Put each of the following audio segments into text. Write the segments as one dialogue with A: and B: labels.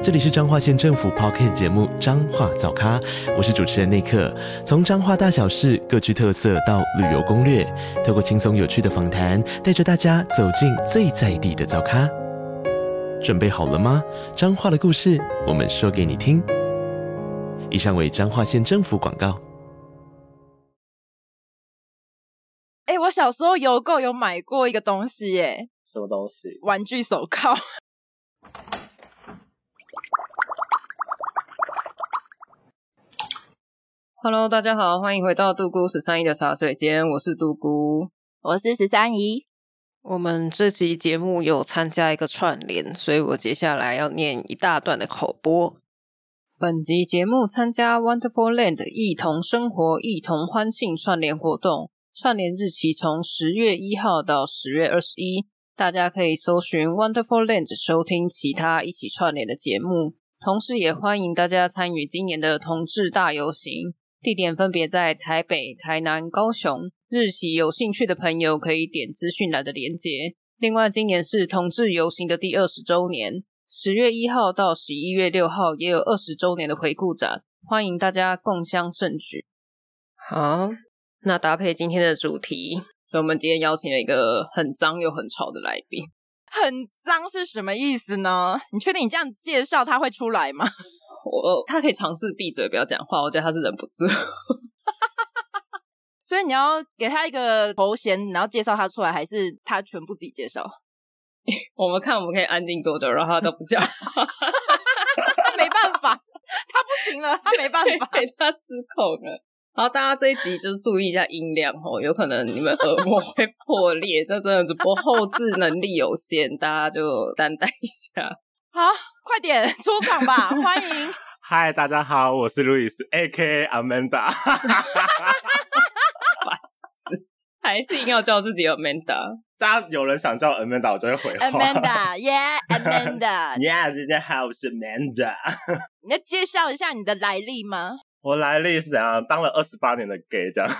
A: 这里是彰化县政府 p o c k t 节目《彰化早咖》，我是主持人内克。从彰化大小事各具特色到旅游攻略，透过轻松有趣的访谈，带着大家走进最在地的早咖。准备好了吗？彰化的故事，我们说给你听。以上为彰化县政府广告。
B: 哎、我小时候邮购有买过一个东西、耶，哎，
C: 什么东西？
B: 玩具手铐。
D: Hello，大家好，欢迎回到杜姑十三姨的茶水间，我是杜姑。
B: 我是十三姨，
D: 我们这集节目有参加一个串联，所以我接下来要念一大段的口播。本集节目参加 Wonderful Land 一同生活、一同欢庆串联活动，串联日期从十月一号到十月二十一，大家可以搜寻 Wonderful Land 收听其他一起串联的节目，同时也欢迎大家参与今年的同志大游行。地点分别在台北、台南、高雄。日期有兴趣的朋友可以点资讯栏的连结。另外，今年是同志游行的第二十周年，十月一号到十一月六号也有二十周年的回顾展，欢迎大家共襄盛举。好，那搭配今天的主题，所以我们今天邀请了一个很脏又很吵的来宾。
B: 很脏是什么意思呢？你确定你这样介绍他会出来吗？
D: 我他可以尝试闭嘴不要讲话，我觉得他是忍不住。
B: 所以你要给他一个头衔，然后介绍他出来，还是他全部自己介绍？
D: 我们看我们可以安静多久，然后他都不讲话。
B: 他没办法，他不行了，他没办法。
D: 对，他失控了。然后大家这一集就是注意一下音量哦，有可能你们耳膜会破裂，这真的只不过后置能力有限，大家就担待一下。
B: 好，快点出场吧，欢迎。
E: 嗨，大家好，我是路易斯，A K A Amanda。
D: 还是硬要叫自己 Amanda，
E: 大家有人想叫 Amanda，我就会回话。
B: Amanda，耶、a m a n d a
E: ，Yeah，大家好，我是 Amanda。
B: 你要介绍一下你的来历吗？
E: 我来历是怎样？当了二十八年的 gay 这样。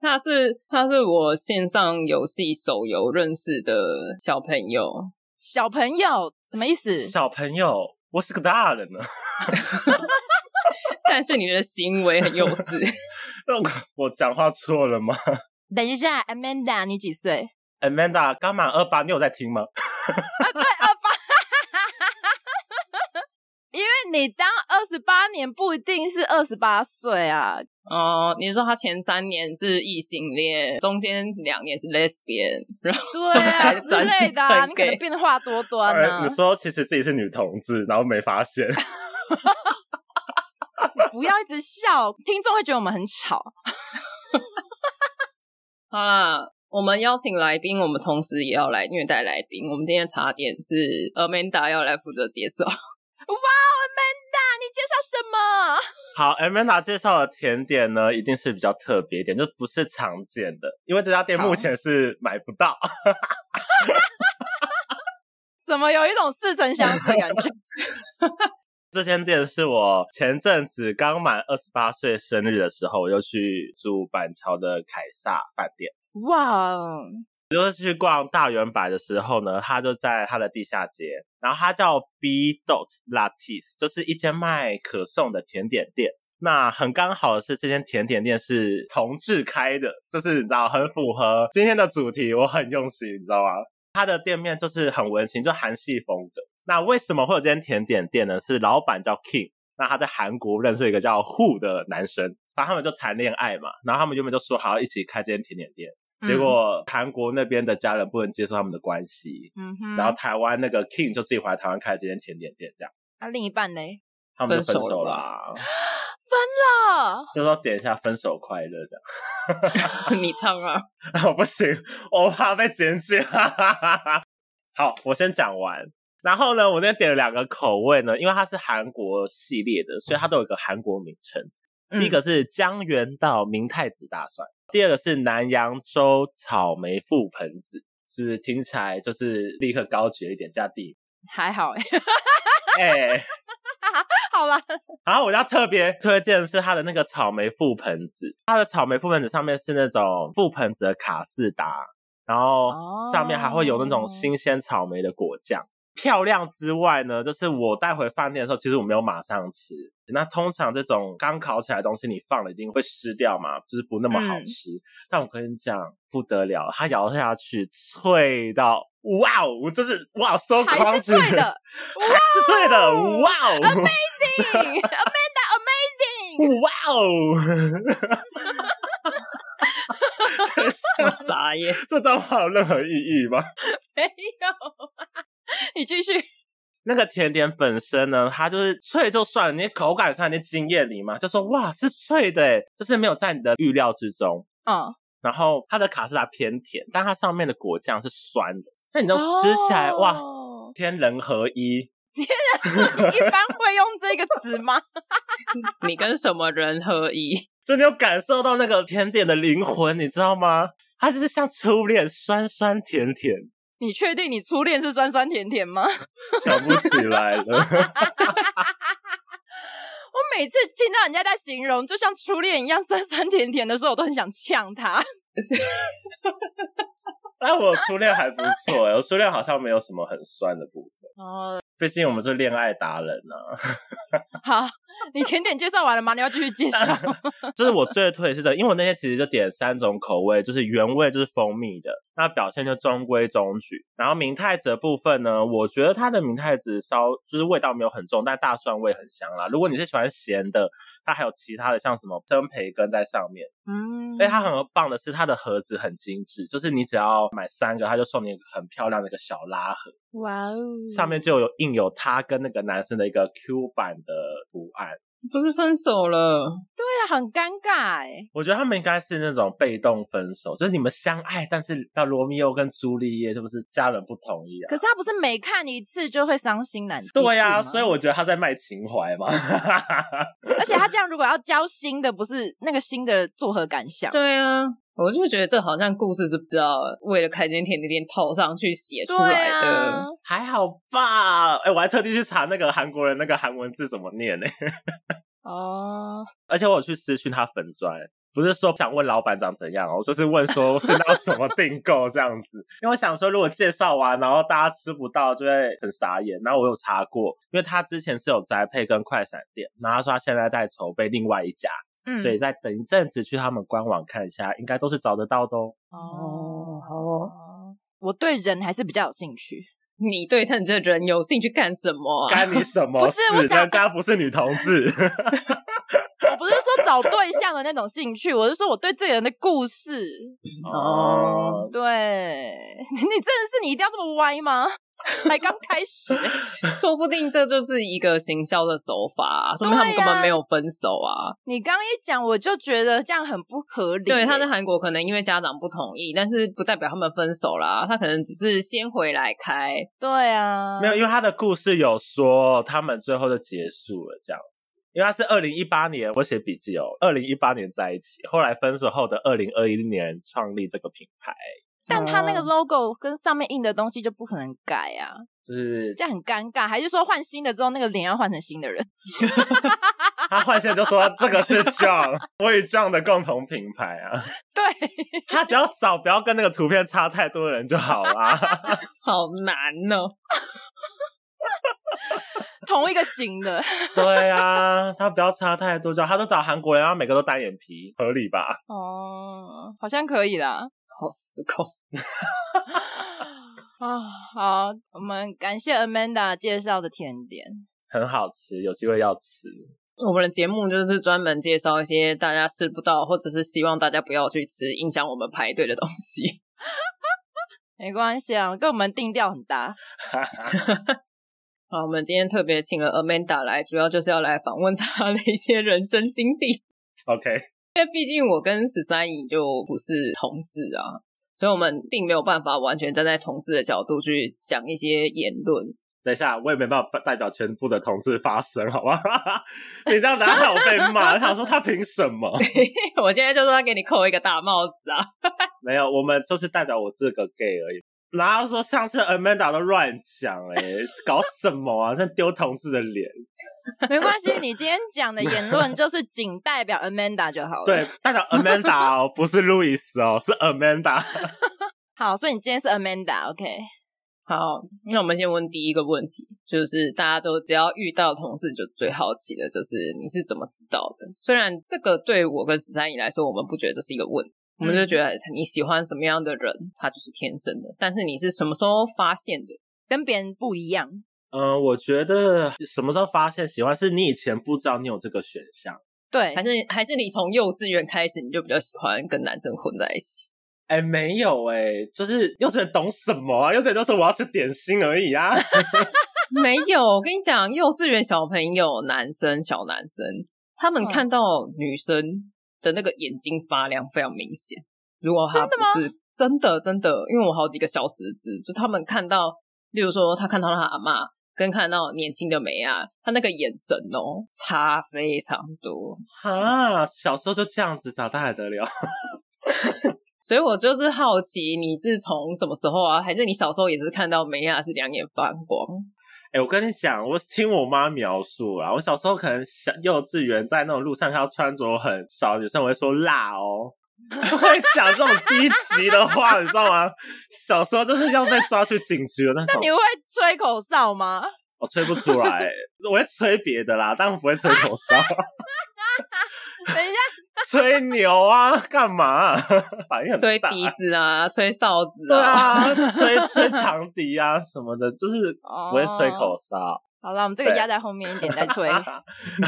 D: 他是他是我线上游戏手游认识的小朋友，
B: 小朋友什么意思？
E: 小朋友，我是个大人了。
D: 但是你的行为很幼稚。
E: 我我讲话错了吗
B: 等一下，Amanda，你几岁？
E: ？Amanda，刚满二八，你有在听吗？
B: 因为你当二十八年不一定是二十八岁啊，
D: 哦，你说他前三年是异性恋，中间两年是 lesbian，然后
B: 对 啊之
D: 转
B: 类的、啊，
D: 转
B: 你可
D: 给
B: 能变得话多端呢、
E: 呃你说其实自己是女同志，然后没发现。
B: 啊不要一直笑，听众会觉得我们很吵。
D: 好啦，我们邀请来宾，我们同时也要来虐待来宾。我们今天的茶点是 Amanda 要来负责接 受，
B: 哇，Amanda，你介绍什么？
E: 好，Amanda 介绍的甜点呢，一定是比较特别一点，就不是常见的，因为这家店目前是买不到。
B: 怎么有一种似曾相识的感觉？
E: 这间店是我前阵子刚满二十八岁生日的时候，我就去住板桥的凯撒饭店。
B: 哇，哦
E: 就是去逛大圆柏的时候呢，他就在他的地下街，然后它叫 B Dot Lattes，就是一间卖可颂的甜点店。那很刚好的是，这间甜点店是同志开的，就是你知道很符合今天的主题，我很用心，你知道吗？它的店面就是很文青，就韩系风格。那为什么会有这间甜点店呢？是老板叫 King，那他在韩国认识一个叫 Who 的男生，然后他们就谈恋爱嘛，然后他们原本就说好要一起开这间甜点店。
B: 嗯
E: 结果韩国那边的家人不能接受他们的关系，
B: 嗯哼，
E: 然后台湾那个 King 就自己回来台湾开了这间甜点店，这样
B: 那、另一半嘞？
E: 他们就分手
D: 分手了
E: 啦，
B: 啊，
E: 就说点一下分手快乐这样。
D: 你唱啊。
E: 我不行，我怕被检举。 好，我先讲完。然后呢，我那天点了两个口味呢，因为它是韩国系列的，所以它都有一个韩国名称。第一个是江原道明太子大蒜，第二个是南洋州草莓覆盆子，是不是听起来就是立刻高级了一点加地？
B: 还好哎、
E: 哎、
B: 好 吧，
E: 然后我要特别推荐的是它的那个草莓覆盆子，它的草莓覆盆子上面是那种覆盆子的卡士达，然后上面还会有那
B: 哦
E: 种新鲜草莓的果酱。漂亮之外呢，就是我带回饭店的时候，其实我没有马上吃。那通常这种刚烤起来的东西，你放了一定会湿掉嘛，就是不那么
B: 嗯
E: 好吃。但我跟你讲，不得了，它咬下去脆到哇哦，我就是哇，so
B: 还
E: crunchy，
B: 是脆的
E: 还是脆的，哇哦！
B: ，amazing，Amanda amazing，
E: 哇哦！等一下，
D: 傻耶！
E: 这段话有任何意义吗？
B: 没有， 你继续，
E: 那个甜点本身呢，它就是脆就算了，你口感上、你经验里嘛，就说哇是脆的耶，就是没有在你的预料之中。
B: 嗯，
E: 然后它的卡士达偏甜，但它上面的果酱是酸的，那你都吃起来、哇，
B: 哦
E: 天人合一。
B: 一般会用这个词吗？
D: 你跟什么人合一？
E: 真的有感受到那个甜点的灵魂，你知道吗？它就是像初恋，酸酸甜甜，
B: 你确定你初恋是酸酸甜甜吗？
E: 想不起来了。
B: 我每次听到人家在形容就像初恋一样酸酸甜甜的时候，我都很想呛他。
E: 但我初恋还不错、欸，我初恋好像没有什么很酸的部分，
B: 哦，
E: 毕竟我们是恋爱达人啊。
B: 好，你甜点介绍完了吗？你要继续介绍？
E: 就是我最推的是这个因为我那天其实就点三种口味，就是原味就是蜂蜜的，那表现就中规中矩。然后明太子的部分呢，我觉得它的明太子稍就是味道没有很重，但大蒜味很香啦。如果你是喜欢咸的，它还有其他的像什么生培根在上面。
B: 嗯
E: 哎，它很棒的是它的盒子很精致，就是你只要买三个，它就送你一个很漂亮的一个小拉盒。
B: 哇哦，
E: 上面就有印有他跟那个男生的一个 Q 版的图案。
D: 不是分手了？
B: 对啊，很尴尬哎、
E: 我觉得他们应该是那种被动分手，就是你们相爱，但是到罗密欧跟朱丽叶是不是家人不同意啊？
B: 可是他不是每看一次就会伤心难过？
E: 对呀、所以我觉得他在卖情怀嘛。
B: 而且他这样如果要教新的，不是那个新的作何感想？
D: 对啊，我就觉得这好像故事是不知道为了开间甜点店套上去写出
B: 对
D: 来的。
B: 啊，
E: 还好吧，哎、我还特地去查那个韩国人那个韩文字怎么念呢、
B: 哦，
E: 而且我有去私讯他粉砖，不是说想问老板长怎样哦，我就是问说是要怎么订购这样子，因为我想说如果介绍完，然后大家吃不到就会很傻眼。然后我有查过，因为他之前是有宅配跟快闪店，然后他说他现在在筹备另外一家，
B: 嗯
E: 所以再等一阵子去他们官网看一下，应该都是找得到的哦。
B: 哦，
D: 好哦，
B: 我对人还是比较有兴趣。
D: 你对他这人有兴趣干什么啊？
E: 干你什 么
B: 不
E: 事
B: 是我？想
E: 人家不是女同 志。
B: 我不是说找对象的那种兴趣，我是说我对这个人的故事。
E: 哦，
B: 对 你真的是你一定要这么歪吗？ 才刚开始，
D: 说不定这就是一个行销的手法、啊，说明他们根本没有分手啊。
B: 你刚一讲我就觉得这样很不合理。
D: 对，他在韩国可能因为家长不同意，但是不代表他们分手啦。他可能只是先回来开，
B: 对啊，
E: 没有，因为他的故事有说他们最后就结束了这样子。因为他是二零一八年，我写笔记哦，二零一八年在一起，后来分手后的二零二一年创立这个品牌，
B: 但他那个
D: 哦
B: logo 跟上面印的东西就不可能改啊，
E: 就是
B: 这样很尴尬。还是说换新的之后，那个脸要换成新的人？
E: 他换线就说这个是 John，我与 John 的共同品牌啊，
B: 对，
E: 他只要找不要跟那个图片差太多的人就好啦。
D: 好难哦。
B: 同一个型的。
E: 对啊，他不要差太多就好，他都找韩国人，然后每个都单眼皮，合理吧？
B: 哦，好像可以啦。
D: 好失控，
B: 啊、好，我们感谢 Amanda 介绍的甜 点。
E: 很好吃，有机会要吃。
D: 我们的节目就是专门介绍一些大家吃不到，或者是希望大家不要去吃，影响我们排队的东西。
B: 没关系啊，跟我们定调很搭。
D: 好，我们今天特别请了 Amanda 来，主要就是要来访问她的一些人生经历。
E: OK，
D: 因为毕竟我跟十三姨就不是同志啊，所以我们并没有办法完全站在同志的角度去讲一些言论。
E: 等一下，我也没办法代表全部的同志发声，好吧？ 你这样等下害我被骂，他想说他凭什么？
D: 我现在就说要给你扣一个大帽子啊！
E: 没有，我们就是代表我这个 gay 而已。然后说上次 Amanda 都乱讲哎、搞什么啊？真丢同志的脸。
B: 没关系，你今天讲的言论就是仅代表 Amanda 就好了。
E: 对，，代表 Amanda 哦，不是 Louis 哦，是 Amanda。
B: 好，所以你今天是 Amanda，OK？、
D: 好，那我们先问第一个问题，就是大家都只要遇到同事就最好奇的就是你是怎么知道的？虽然这个对我跟十三姨来说，我们不觉得这是一个问题，我们就觉得你喜欢什么样的人，他就是天生的。但是你是什么时候发现的？
B: 跟别人不一样。
E: 嗯，我觉得什么时候发现喜欢，是你以前不知道你有这个选项。
B: 对
D: 还，是还是你从幼稚园开始你就比较喜欢跟男生混在一起？
E: 哎，没有哎、就是幼稚园懂什么啊？幼稚园都说我要吃点心而已啊。
D: 没有，我跟你讲，幼稚园小朋友，男生小男生，他们
B: 嗯
D: 看到女生的那个眼睛发亮非常明显。如果他
B: 真的吗
D: 不是真的真的，因为我好几个小侄子，就他们看到，例如说他看到他阿妈，跟看到年轻的梅啊，他那个眼神哦差非常多。
E: 啊，小时候就这样子，长大还得了？
D: 所以我就是好奇，你是从什么时候啊？还是你小时候也是看到梅啊亚是两眼发光？
E: 哎、我跟你讲，我听我妈描述啊，我小时候可能小幼稚园在那种路上看到穿着很少的女生，我会说辣哦， 会讲这种低级的话，你知道吗？小时候就是要被抓去警局的那
B: 那
E: 种
B: 你，会吹口哨吗？
E: 我吹不出来、 我会吹别的啦，但不会吹口哨，
B: 等一下，
E: 吹牛啊， 干嘛、反应很
D: 吹
E: 大
D: 笛子啊，吹哨子
E: 对
B: 哦
E: 啊，吹吹长笛啊什么的，就是不会吹口哨。
B: 哦好了，我们这个
E: 对
B: 压在后面一点再吹。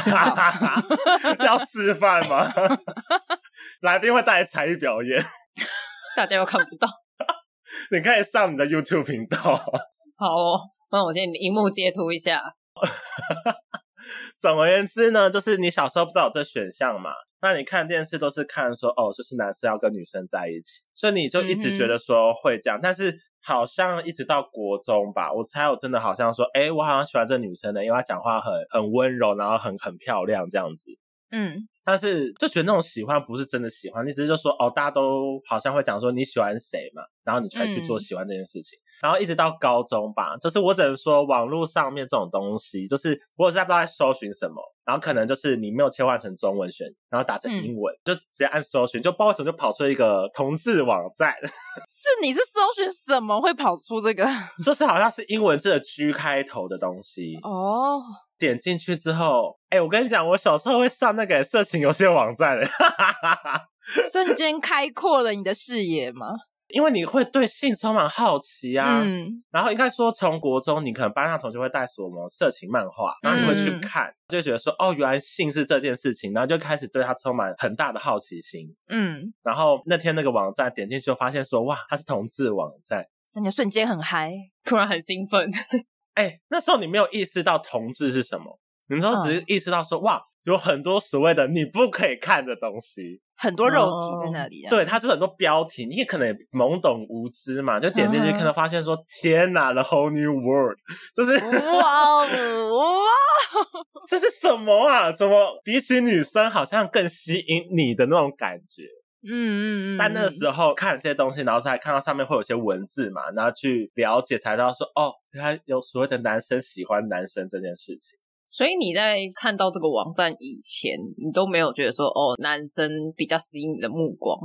E: 要示范吗？ 来宾会带来才艺表演，
D: 大家又看不到。
E: 你可以上你的 YouTube 频道。
D: 好哦，那我先荧幕截图一下。
E: 总而言之呢，就是你小时候不知道有这选项嘛，那你看电视都是看说哦，就是男生要跟女生在一起，所以你就一直觉得说会这样，但是好像一直到国中吧，我才有真的好像说，哎，我好像喜欢这女生的，因为她讲话很很温柔，然后很很漂亮这样子。
B: 嗯，
E: 但是就觉得那种喜欢不是真的喜欢，你只是就说哦，大家都好像会讲说你喜欢谁嘛，然后你才去做喜欢这件事情。然后一直到高中吧，就是我只能说网络上面这种东西，就是我也是在不知道在搜寻什么，然后可能就是你没有切换成中文选，然后打成英文，就直接按搜寻，就不知道为什么就跑出一个同志网站，
B: 是你是搜寻什么会跑出这个？
E: 就是好像是英文字的 G 开头的东西。
B: 哦，
E: 点进去之后，哎、我跟你讲，我小时候会上那个色情游戏的网站，欸
B: 瞬间开阔了你的视野吗？
E: 因为你会对性充满好奇啊。
B: 嗯，
E: 然后应该说，从国中你可能班上同学会带什么色情漫画，然后你会去看，就会觉得说哦，原来性是这件事情，然后就开始对它充满很大的好奇心。
B: 嗯，
E: 然后那天那个网站点进去，就发现说哇，它是同志网站。
B: 感觉瞬间很嗨。
D: 突然很兴奋，
E: 哎，那时候你没有意识到同志是什么，你那时候只是意识到说、哇，有很多所谓的你不可以看的东西。
B: 很多肉体在那里、啊
E: 哦对，它是很多标题，你也可能也懵懂无知嘛，就点进去看到发现说，天哪，the whole new world，就是
B: 哇哦，
E: 这是什么啊？怎么比起女生好像更吸引你的那种感觉？
B: 嗯嗯嗯，
E: 但那个时候看了这些东西，然后再看到上面会有些文字嘛，然后去了解才知道说，哦，原来有所谓的男生喜欢男生这件事情。
D: 所以你在看到这个网站以前，你都没有觉得说哦，男生比较吸引你的目光。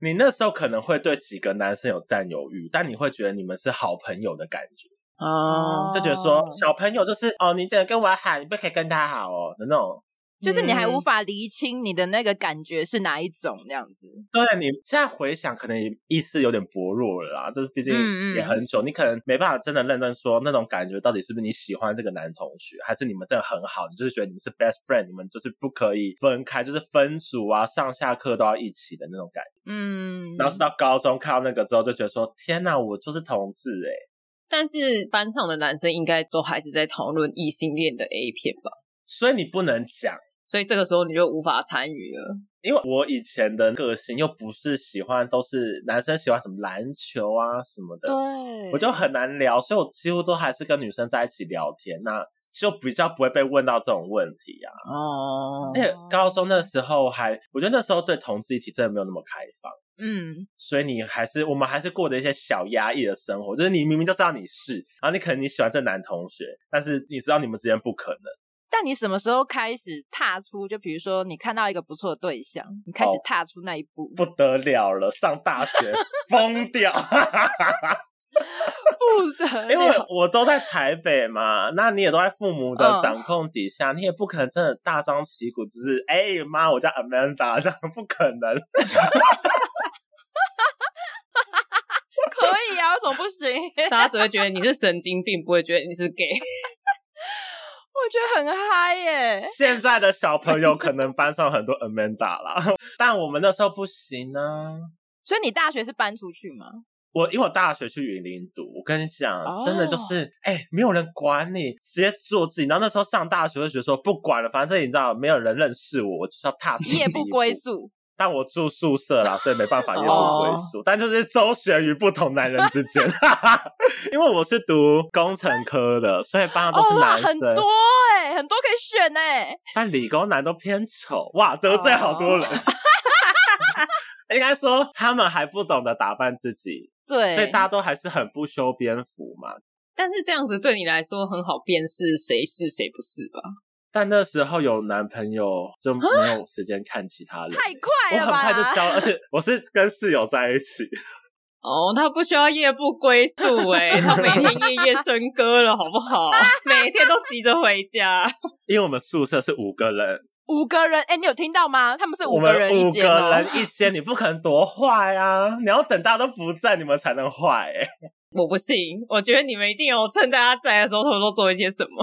E: 你那时候可能会对几个男生有占有欲，但你会觉得你们是好朋友的感觉，
B: 哦
E: 就觉得说小朋友就是哦，你只能跟我好，你不可以跟他好哦的那种
B: 就是你还无
D: 嗯
B: 法厘清你的那个感觉是哪一种这样子。
E: 对你现在回想，可能也意识有点薄弱了啦，就是毕竟
B: 嗯嗯
E: 也很久，你可能没办法真的认真说那种感觉到底是不是你喜欢这个男同学，还是你们真的很好，你就是觉得你们是 best friend，你们就是不可以分开，就是分组啊，上下课都要一起的那种感觉。
B: 嗯，
E: 然后是到高中看到那个之后，就觉得说天哪，我就是同志欸诶、
D: 但是班上的男生应该都还是在讨论异性恋的 A 片吧？
E: 所以你不能讲。
D: 所以这个时候你就无法参与了。
E: 因为我以前的个性又不是喜欢都是男生喜欢什么篮球啊什么的，
D: 对
E: 我就很难聊，所以我几乎都还是跟女生在一起聊天，那就比较不会被问到这种问题啊。
D: 哦
E: 而，且高中那时候还，我觉得那时候对同志议题真的没有那么开放，
B: 嗯，
E: 所以你还是我们还是过着一些小压抑的生活，就是你明明就知道你是，然后你可能你喜欢这男同学，但是你知道你们之间不可能。
B: 但你什么时候开始踏出？就比如说你看到一个不错的对象，你开始
E: 哦
B: 踏出那一步，
E: 不得了了，上大学疯掉，
B: 不得
E: 因为我都在台 北嘛，那你也都在父母的掌控底
B: 嗯
E: 下，你也不可能真的大张旗鼓，只是哎妈、我叫 Amanda，这样 不可能。
B: 可以啊，为什么不行？
D: 大家只会觉得你是神经病，不会觉得你是 gay。
B: 我觉得很嗨耶！
E: 现在的小朋友可能班上很多 Amanda 啦， 但我们那时候不行啊。
B: 所以你大学是搬出去吗？
E: 我因为我大学去云林读，我跟你讲
B: 哦，
E: 真的就是，哎、没有人管你，直接做自己。然后那时候上大学就觉得说，不管了，反正你知道，没有人认识我，我就是要踏出
B: 夜
E: 第一
B: 不
E: 步
B: 归宿，
E: 但我住宿舍啦，所以没办法夜不
B: 哦
E: 归宿。但就是周旋于不同男人之间， 因为我是读工程科的，所以班上都是
B: 哦哇，
E: 男
B: 很
E: 生，
B: 多哎，很多可以选哎。
E: 但理工男都偏丑，哇，得罪好多人。
B: 哦
E: 应该说他们还不懂得打扮自己，
B: 对，
E: 所以大家都还是很不修边幅嘛。
D: 但是这样子对你来说很好辨识谁是谁不是吧？
E: 但那时候有男朋友就没有时间看其他人，
B: 太
E: 我
B: 快了
E: 很
B: 吧？
E: 快就交了，而且我是跟室友在一起，
D: 哦，他不需要夜不归 宿哎、他每天夜夜笙歌了，好不 好？每天都急着回家。
E: 因为我们宿舍是五个人，
B: 五个人，哎，你有听到吗？他们 是
E: 我
B: 个
E: 们
B: 人一
E: 五
B: 间哦
E: 个人一间，你不可能多坏啊！你要等大家都不在，你们才能坏、欸。
D: 我不信，我觉得你们一定有趁大家在的时候偷偷做一些什么。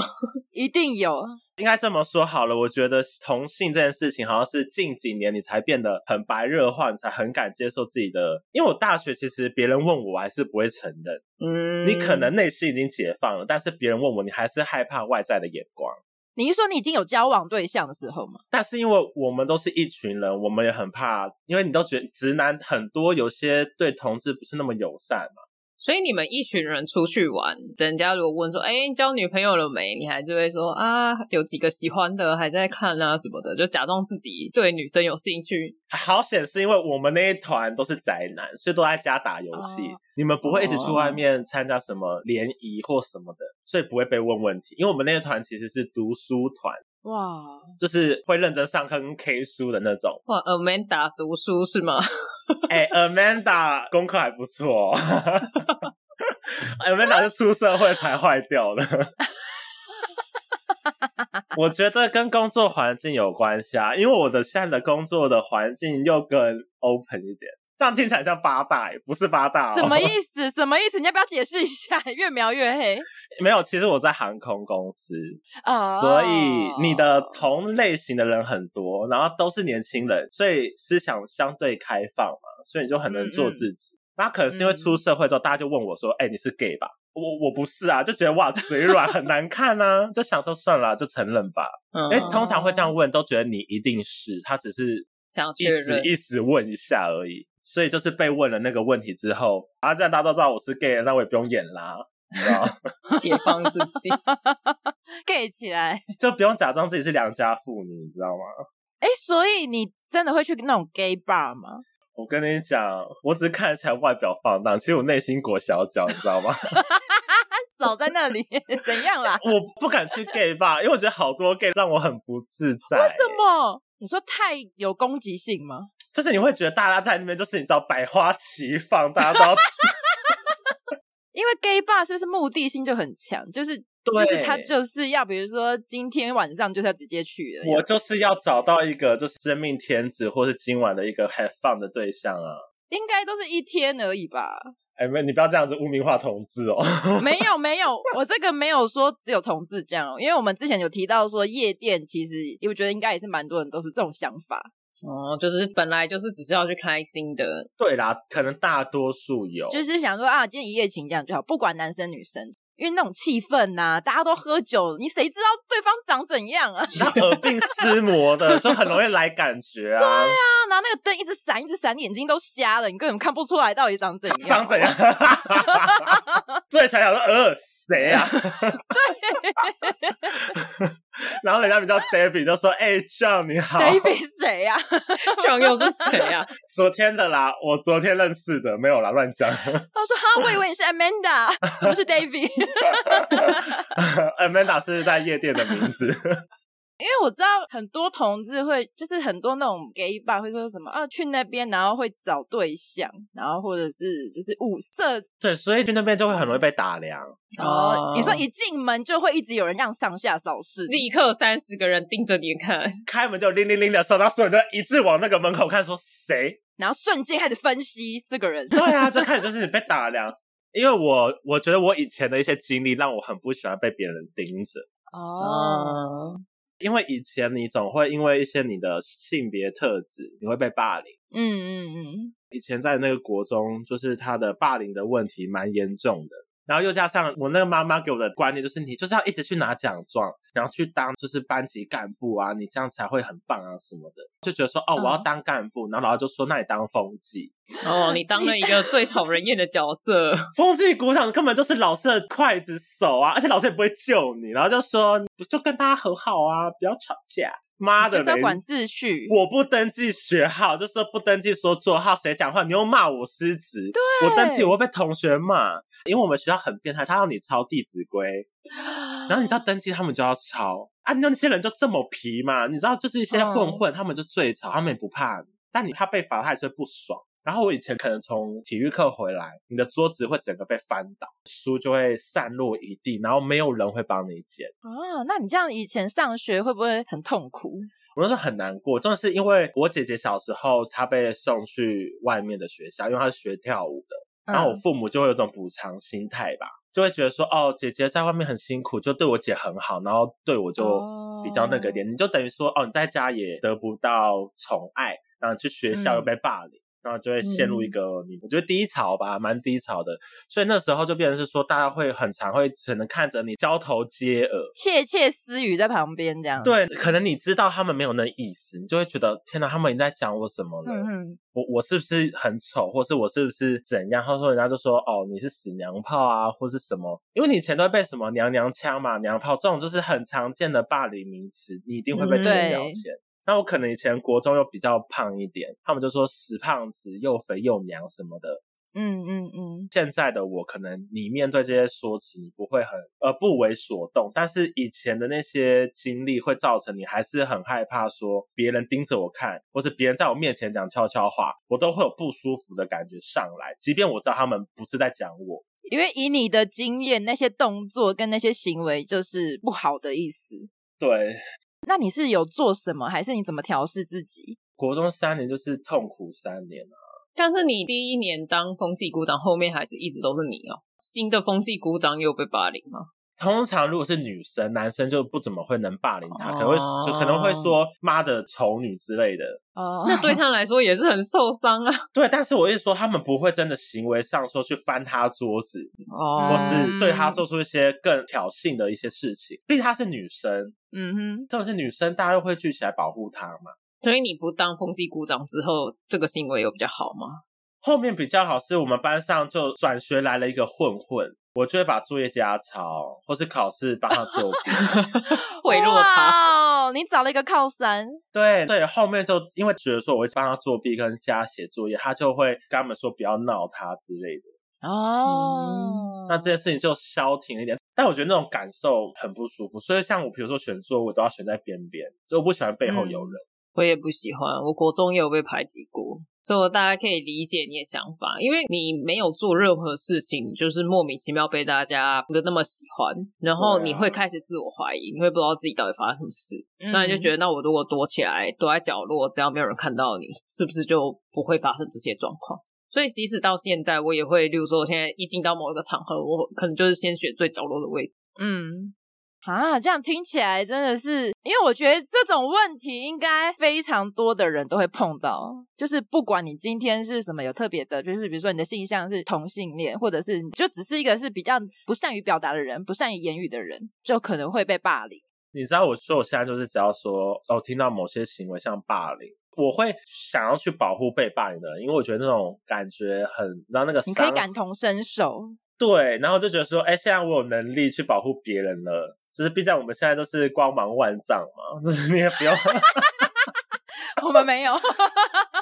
B: 一定有。
E: 应该这么说好了，我觉得同性这件事情好像是近几年你才变得很白热化，你才很敢接受自己的。因为我大学其实别人问我，我还是不会承认。
D: 嗯
E: 你可能内心已经解放了，但是别人问我，你还是害怕外在的眼光。
B: 你是说你已经有交往对象的时候吗？
E: 但是因为我们都是一群人，我们也很怕，因为你都觉得直男很多，有些对同志不是那么友善嘛。
D: 所以你们一群人出去玩，人家如果问说：“哎、你交女朋友了没？”你还是会说：“啊，有几个喜欢的，还在看啊什么的。”就假装自己对女生有兴趣。。
E: 好险是因为我们那一团都是宅男，所以都在家打游戏。
B: 哦
E: 你们不会一直去外面参加什么联谊或什么的，所以不会被问问题。因为我们那一团其实是读书团，
B: 哇，
E: 就是会认真上课跟 K 书的那种
D: 哇，Amanda 读书是吗？
E: 哎、a m a n d a 功课还不错、哦。Amanda 是出社会才坏掉的。我觉得跟工作环境有关系啊，因为我的现在的工作的环境又更 open 一点，这样听起来像八大、欸，不是八大、哦。
B: 什么意思？ 什么意思？你要不要解释一下？ 越描越黑
E: 没有，其实我在航空公司，
B: 啊！
E: 所以你的
D: 哦
E: 同类型的人很多，然后都是年轻人，所以思想相对开放嘛，所以你就很能做
D: 嗯
E: 自己。那可能是因为出社会之后，大家就问我说：“哎、你是 gay 吧？”我我不是啊，就觉得哇，嘴软很难看啊， 就想说算了啊、就承认吧。
D: 嗯
E: 因为通常会这样问，都觉得你一定是，他只是
D: 想
E: 一
D: 确
E: 时
D: 认。
E: 一时问一下而已。所以就是被问了那个问题之后，啊，这样大家都知道我是 gay，了那我也不用演啦，你知道吗
D: 解放自 己。
B: gay 起来，
E: 就不用假装自己是良家妇女，你知道吗？
B: 哎，所以你真的会去那种 gay bar 吗？
E: 我跟你讲，我只是看起来外表放荡，其实我内心裹小脚，你知道吗？
B: 守在那里 怎样啦？
E: 我不敢去 gay 吧，因为我觉得好多 gay 让我很不自在。
B: 为什？么？你说太有攻击性吗？
E: 就是你会觉得大家在那边就是你知道百花齐放，大家都要
B: 因为 gay bar 是不是目的性就很强？就是
E: 对
B: 就是他就是要，比如说今天晚上就是要直接去的。
E: 我就是要找到一个就是生命天子或是今晚的一个 have fun 的对象啊。
B: 应该都是一天而已吧？
E: 哎，没，你不要这样子污名化同志哦。
B: 没有没有，我这个没有说只有同志这样哦，因为我们之前有提到说夜店，其实我觉得应该也是蛮多人都是这种想法，
D: 哦，就是本来就是只是要去开心的，
E: 对啦，可能大多数有，
B: 哦就是想说啊，今天一夜情这样就好，不管男生女生。因为那种气氛呐、大家都喝酒，你谁知道对方长怎样啊？
E: 那耳鬓厮磨的，就很容易来感 觉啊。对
B: 然后那个灯一直闪，一直闪，你眼睛都瞎了，你根本看不出来到底长怎样。
E: 长怎样？ 所以才想说，呃，谁啊？对。 然后人家比较 David 就说：“哎、j o h n 你 好
B: David 谁啊呀、
D: 这又是谁啊？
E: 昨天的啦，我昨天认识的，没有啦，乱讲。
B: 他说：“哈，我以为你是 Amanda，怎么是 David？”
E: Amanda 是在夜店的名字，
B: 因为我知道很多同志会，就是很多那种 gay 吧会说什么啊，去那边然后会找对象，然后或者是就是物色
E: 对，所以去那边就会很容易被打量。
B: 哦。你说一进门就会一直有人这样上下扫视，
D: 立刻三十个人盯着你看，
E: 开门就铃铃铃的时候，然后所有人就一致往那个门口看，说谁？
B: 然后瞬间开始分析这个人。
E: 对啊，就开始就是被打量。因为我我觉得我以前的一些经历让我很不喜欢被别人盯着，
B: 哦，
E: 因为以前你总会因为一些你的性别特质，你会被霸凌。
B: 嗯嗯
E: 以前在那个国中，就是他的霸凌的问题蛮严重的。然后又加上我那个妈妈给我的观念，就是你就是要一直去拿奖状，然后去当就是班级干部啊，你这样才会很棒啊什么的，就觉得说哦
B: 嗯
E: 我要当干部，然后老师就说那你当风纪，
D: 哦，你当了一个最讨人厌的角色，
E: 风纪鼓掌根本就是老师的刽子手啊，而且老师也不会救你，然后就说就跟大家和好啊，不要吵架，妈
B: 嗯，
E: 的
B: 就是要
E: 嘞，
B: 管秩序。
E: 我不登记学号，就是不登记说座号，谁讲话你又骂我失职。对我登记我会被同学骂，因为我们学校很变态，他要你抄《弟子规》，然后你知道登记他们就要抄啊，那些人就这么皮嘛，你知道就是一些混混，他们就最吵，他们也不怕你，但你怕被罚，他还是会不爽。然后我以前可能从体育课回来，你的桌子会整个被翻倒，书就会散落一地，然后没有人会帮你捡。
B: 啊，那你这样以前上学会不会很痛苦？
E: 我那时候很难过，真的是因为我姐姐小时候她被送去外面的学校，因为她是学跳舞的，然后我
B: 嗯
E: 父母就会有种补偿心态吧，就会觉得说哦，姐姐在外面很辛苦，就对我姐很好，然后对我就比较那个一点，你就等于说哦，你在家也得不到宠爱，然后去学校又被霸凌。然后就会陷入一个，你我觉得低潮吧，蛮低潮的。所以那时候就变成是说，大家会很常会只能看着你交头接耳，
B: 窃窃私语在旁边这样。，
E: 对，可能你知道他们没有那意思，你就会觉得天哪，他们已经在讲我什么了？
B: 嗯哼，
E: 我我是不是很丑，或是我是不是怎样？他说人家就说哦，你是死娘炮啊，或是什么？因为你以前都会被什么娘娘腔嘛、娘炮这种就是很常见的霸凌名词，你一定会被
D: 嗯
E: 贴
B: 对
E: 标签。那我可能以前国中又比较胖一点，他们就说死胖子又肥又娘什么的。
B: 嗯嗯嗯，
E: 现在的我，可能你面对这些说辞，你不会很呃不为所动，但是以前的那些经历会造成你还是很害怕，说别人盯着我看，或是别人在我面前讲悄悄话，我都会有不舒服的感觉上来，即便我知道他们不是在讲我。
B: 因为以你的经验，那些动作跟那些行为就是不好的意思。
E: 对，
B: 那你是有做什么，还是你怎么调试自己？
E: 国中三年就是痛苦三年啊，
D: 像是你第一年当风纪股长，后面还是一直都是你哦。新的风纪股长有被霸凌吗？
E: 通常如果是女生，男生就不怎么会能霸凌她，可能会就可能会说妈的丑女之类的。
B: 哦，
D: 那对他来说也是很受伤啊。
E: 对，但是我一直说他们不会真的行为上说去翻她桌子，
D: 哦
E: 或
B: 嗯
E: 是对她做出一些更挑衅的一些事情。毕竟她是女生，
B: 嗯哼，
E: 这种是女生，大家又会聚起来保护她嘛。
D: 所以你不当风纪股长之后，这个行为有比较好吗？
E: 后面比较好是我们班上就转学来了一个混混，我就会把作业给他抄，或是考试帮他作弊。
D: 贿赂他，
B: 哇哦，你找了一个靠山，
E: 对对，后面就因为觉得说我会帮他作弊跟加写作业，他就会跟他们说不要闹他之类的。
D: 嗯
B: 哦，
E: 那这件事情就消停一点。但我觉得那种感受很不舒服，所以像我，比如说选座，我都要选在边边，所以我不喜欢背后有人。
D: 我也不喜欢。我国中也有被排挤过，所以我大家可以理解你的想法，因为你没有做任何事情，你就是莫名其妙被大家不那么喜欢，然后
E: 对啊
D: 你会开始自我怀疑，你会不知道自己到底发生什么事。
B: 嗯
D: 那你就觉得，那我如果躲起来，躲在角落，只要没有人看到你，是不是就不会发生这些状况？所以即使到现在，我也会，例如说，我现在一进到某一个场合，我可能就是先选最角落的位置。
B: 嗯，啊，这样听起来真的是，因为我觉得这种问题应该非常多的人都会碰到，就是不管你今天是什么有特别的，就是比如说你的性向是同性恋，或者是你就只是一个是比较不善于表达的人、不善于言语的人，就可能会被霸凌。
E: 你知道，我说我现在就是只要说哦，听到某些行为像霸凌，我会想要去保护被霸凌的人，因为我觉得那种感觉很，然后那个
B: 你可以
E: 伤
B: 感同身受，
E: 对，然后我就觉得说，哎，现在我有能力去保护别人了，就是毕竟我们现在都是光芒万丈嘛，就是 你也不用，
B: 我们没有。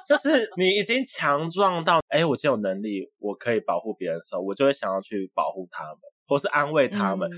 E: 就是你已经强壮到，哎，我今天有能力，我可以保护别人的时候，我就会想要去保护他们，或是安慰他们。
B: 嗯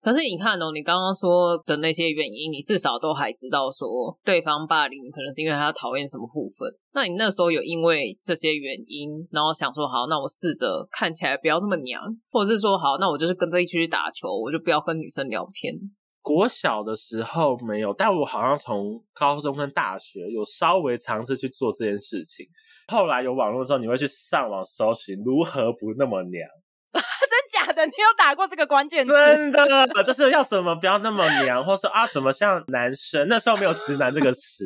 D: 可是你看哦，你刚刚说的那些原因，你至少都还知道说对方霸凌可能是因为他讨厌什么部分。那你那时候有因为这些原因，然后想说好，那我试着看起来不要那么娘，或者是说好，那我就是跟这一区去打球，我就不要跟女生聊天。
E: 国小的时候没有，但我好像从高中跟大学有稍微尝试去做这件事情。后来有网络之后，你会去上网搜寻如何不那么娘。
B: 真假的？你有打过这个关键字？
E: 真的，就是要怎么不要那么娘，或是啊怎么像男生，那时候没有直男这个词，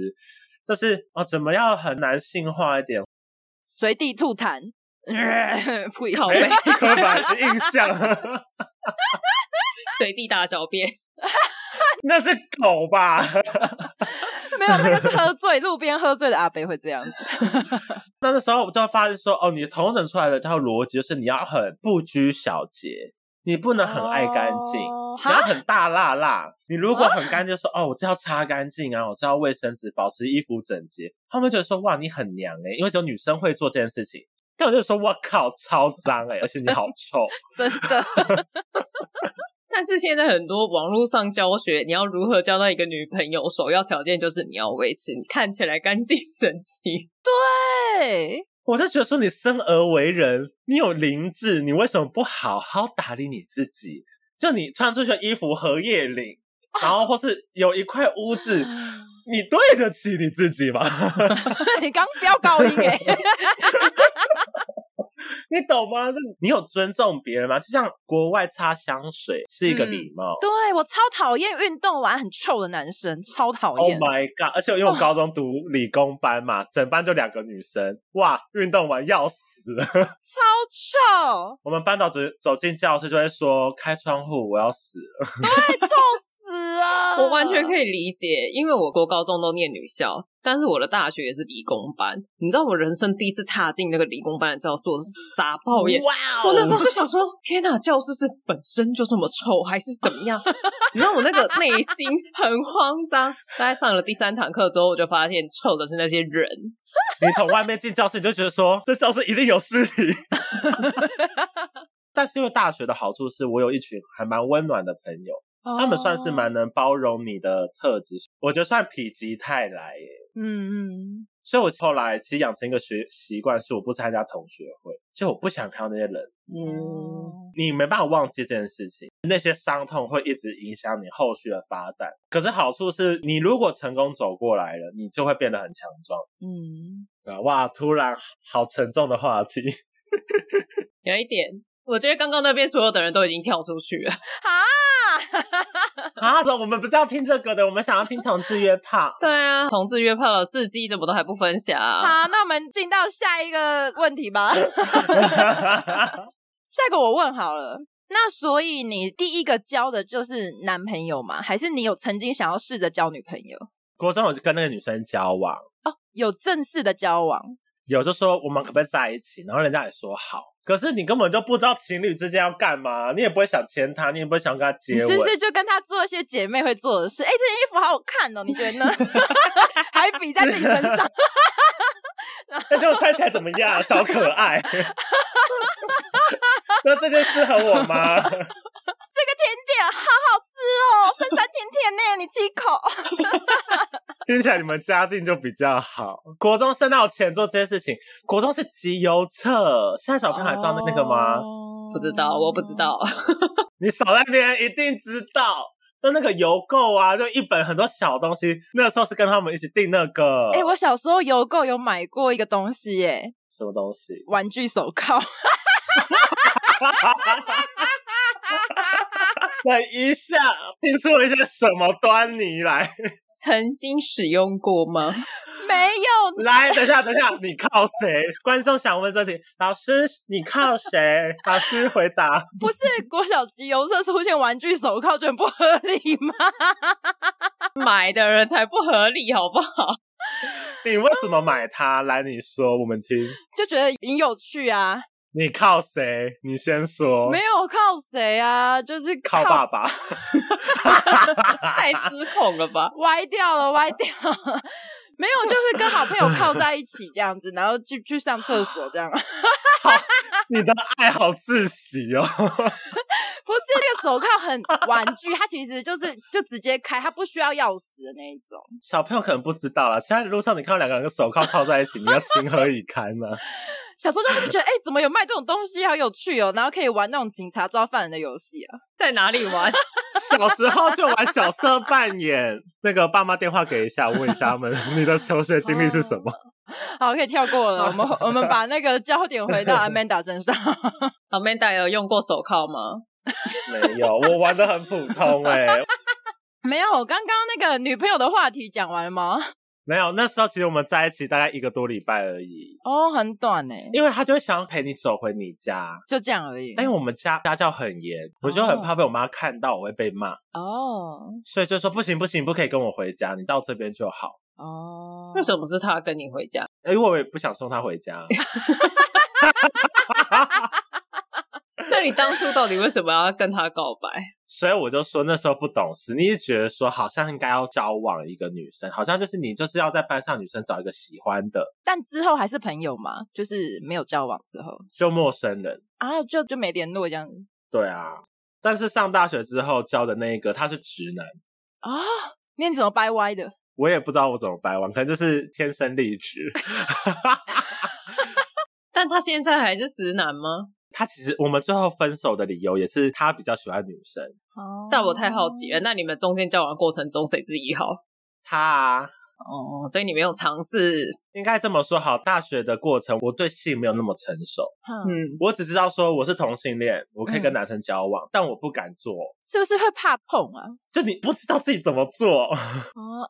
E: 就是哦怎么要很男性化一点，
B: 随地吐痰， 不要
D: 靠背
E: 刻板印象，
D: 随地大小便，
E: 那是狗吧？
B: 没有，那个是喝醉，路边喝醉的阿北会这样子。
E: 那那时候我就发现说，哦，你同整出来的一套逻辑就是你要很不拘小节，你不能很爱干净。
B: 哦
E: 你要
B: 哈，
E: 很大辣辣，你如果很干净，就说哦，我这要擦干净啊，我这要卫生纸，保持衣服整洁。他们就觉得说哇，你很娘哎、因为只有女生会做这件事情。但我就说哇靠，超脏哎、而且你好臭。
B: 真的，
D: 但是现在很多网络上教学，你要如何交到一个女朋友，首要条件就是你要维持你看起来干净整齐。
B: 对，
E: 我就觉得说你生而为人，你有灵智，你为什么不好好打理你自己？就你穿出去的衣服荷叶领，然后或是有一块污渍，
D: 啊
E: 你对得起你自己吗？
B: 你刚飙高音哎、
E: 你懂吗？这你有尊重别人吗？就像国外擦香水是一个
D: 嗯
E: 礼貌。
B: 对我超讨厌运动完很臭的男生，超讨
E: Oh
B: 厌。
E: my god！而且因为我高中读理工班嘛，整班就两个女生，哇，运动完要死了。
B: 超臭，
E: 我们班导走走进教室就会说：“开窗户，我要死了。
B: 太臭死了！
D: 我完全可
B: 以，
D: 以理解，因为我国高中都念女校，但是我的大学也是理工班。你知道我人生第一次踏进那个理工班的教室，我是傻爆眼。
E: 哇
D: 我那时
E: 哦！
D: 候就想说，天哪，教室是本身就这么臭，还是怎么样？ 你知道我那个内心很慌张。大概上了第三堂课之后，我就发现臭的是那些人。
E: 你从外面进教室，你就觉得说这教室一定有尸体。 但是因为大学的好处是我有一群还蛮温暖的朋友，
D: 哦
E: 他们算是蛮能包容你的特质，我觉得算否极泰来耶。
B: 嗯嗯，
E: 所以我后来其实养成一个学习惯，是我不参加同学会，就我不想看到那些人。
D: 嗯，
E: 你没办法忘记这件事情，那些伤痛会一直影响你后续的发展。可是好处是你如果成功走过来了，你就会变得很强壮。
B: 嗯，
E: 啊哇！突然好沉重的话题，
D: 有一点，我觉得刚刚那边所有的人都已经跳出去了。
E: 啊！我们不是要听这个的，我们想要听同志约炮。
D: 对啊，同志约炮的事迹怎么都还不分享、
B: 好，那我们进到下一个问题吧。下一个我问好了。那所以你第一个交的就是男朋友吗？还是你有曾经想要试着交女朋友？
E: 国中我就跟那个女生交往，
B: 哦，有正式的交往，
E: 有就说我们可不可以在一起，然后人家也说好。可是你根本就不知道情侣之间要干嘛，你也不会想牵她，你也不会想跟她
B: 你
E: 接
B: 是
E: 吻
B: 不。是就跟他做一些姐妹会做的事？哎、这件衣服好好看哦，你觉得呢？ 还比在自己身 上，
E: 那就猜起来怎么 样？小可爱。 那这件适合我吗？
B: 这个甜点好好吃哦，酸酸甜甜呢，你吃一口。
E: 听起来你们家境就比较好。国中升到钱做这件事情，国中是集邮册，现在小朋友还知道那那个
B: 哦
E: 吗？
D: 不知道，我不知。道。
E: 你少在那边一定知道。就那个邮购啊，就一本很多小东西，那时候是跟他们一起订那个，
B: 哎、我小时候邮购有买过一个东西，哎，
E: 什么东西？
B: 玩具手铐。
E: 等一下，拼出了一些什么端倪来？
D: 曾经使用过吗？
B: 没有，
E: 来，等一下，等一下，你靠谁？观众想问这题，老师你靠谁？老师回答。
B: 不是国小集邮社出现玩具手铐，觉得不合理吗？
D: 买的人才不合理，好不好？
E: 你为什么买它？来，你说我们听。
B: 就觉得很有趣啊，
E: 你靠谁？你先说。
B: 没有靠谁啊，就是
E: 靠爸爸。
D: 太失控了吧？
B: 歪掉了，歪掉了。 没有，就是跟好朋友靠在一起这样子，然后去去上厕所这样。
E: 你的爱好窒息哦。
B: 不是那个手铐很玩具，它其实就是就直接开，它不需要钥匙的那一种。
E: 小朋友可能不知道啦，现在路上你看到两个人的手铐铐在一起，你要情何以堪 呢、
B: 小时候就是觉得，哎、怎么有卖这种东西，好有趣哦，然后可以玩那种警察抓犯人的游戏啊。
D: 在哪里玩？
E: 小时候就玩角色扮演，那个爸妈电话给一下，问一下他 们你的求学经历是什么？
B: 好，可以跳过了，我们我们把那个焦点回 到 Amanda 身上。
D: 阿 m a n 有用过手铐吗？
E: 没有，我玩的很普通哎、
B: 没有，我刚刚那个女朋友的话题讲完了吗？
E: 没有，那时候其实我们在一起大概一个多礼拜而已，
B: 哦，很短呢、
E: 因为他就会想要陪你走回你家，
B: 就这样而已。
E: 但因为我们家家教很严，我就很怕被我妈看到我会被骂，
B: 哦
E: 所以就说不行不行，不可以跟我回家，你到这边就好。
B: 哦，
D: 为什么是他跟你回家？
E: 因为我也不想送他回家，
D: 那你当初到底为什么要跟他告白？
E: 所以我就说那时候不懂事，你一直觉得说好像应该要交往一个女生，好像就是你就是要在班上女生找一个喜欢的，
B: 但之后还是朋友嘛，就是没有交往之后
E: 就陌生人。
B: 啊，就就没联络这样子
E: 对啊，但是上大学之后交的那一个他是直男，
B: 啊。那你怎么掰歪的？
E: 我也不知道我怎么掰弯，可能就是天生丽质。
D: 但他现在还是直男吗？
E: 他其实我们最后分手的理由也是他比较喜欢女生，
B: 哦
D: 但我太好奇了，那你们中间交往过程中谁自己好？
E: 他、啊。
D: 哦，所以你没有尝试，
E: 应该这么说好，大学的过程我对性没有那么成熟，
B: 嗯，
D: 嗯，
E: 我只知道说我是同性恋，我可以跟
B: 嗯
E: 男生交往，但我不敢做，
B: 是不是会怕碰啊？
E: 就你不知道自己怎么做。
B: 哦，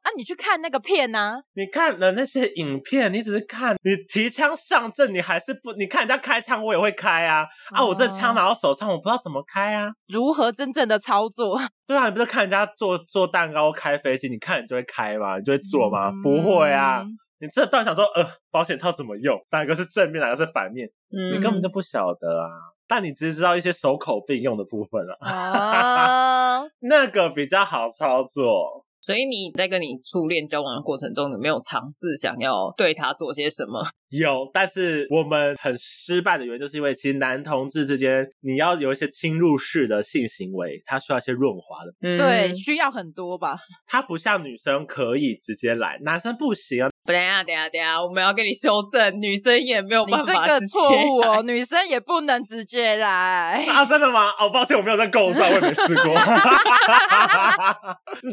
B: 啊，你去看那个片啊，
E: 你看了那些影片，你只是看， 你提枪上阵，你还是不，你看人家开枪，我也会开啊，啊，我这枪拿到手上，我不知道怎么开啊。
B: 如何真正的操作？
E: 对啊，你不是看人家做做蛋糕、开飞机，你看你就会开吗？你就会做吗？不会啊！
B: 嗯
E: 你这到底想说，呃，保险套怎么用？哪个是正面，哪啊个是反面？
D: 你
E: 你根本就不晓得啊！但你只是知道一些手口并用的部分了、啊，
B: 啊，
E: 那个比较好操作。
D: 所以你在跟你初恋交往的过程中，你没有尝试想要对他做些什么？
E: 有，但是我们很失败的原因，就是因为其实男同志之间，你要有一些侵入式的性行为，它需要一些润滑的，
D: 嗯
B: 对，需要很多吧？
E: 它不像女生可以直接来，男生不行啊。
D: 等一下，等一下，等一下，我们要跟你修正，女生也没有
B: 你
D: 办
B: 这
D: 法
B: 个
D: 直接
B: 错误
D: 来
B: 哦，女生也不能直接来。
E: 啊，真的吗？哦，抱歉，我没有在构造，我也没试过。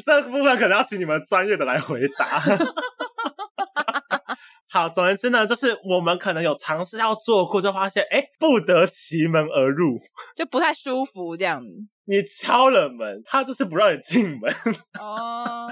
E: 这部分可能要请你们专业的来回答。好，总而言之呢，就是我们可能有尝试要做过，就发现哎，不得其门而入。
B: 就不太舒服这样子。
E: 你敲了门，他就是不让你进门，
B: 哦，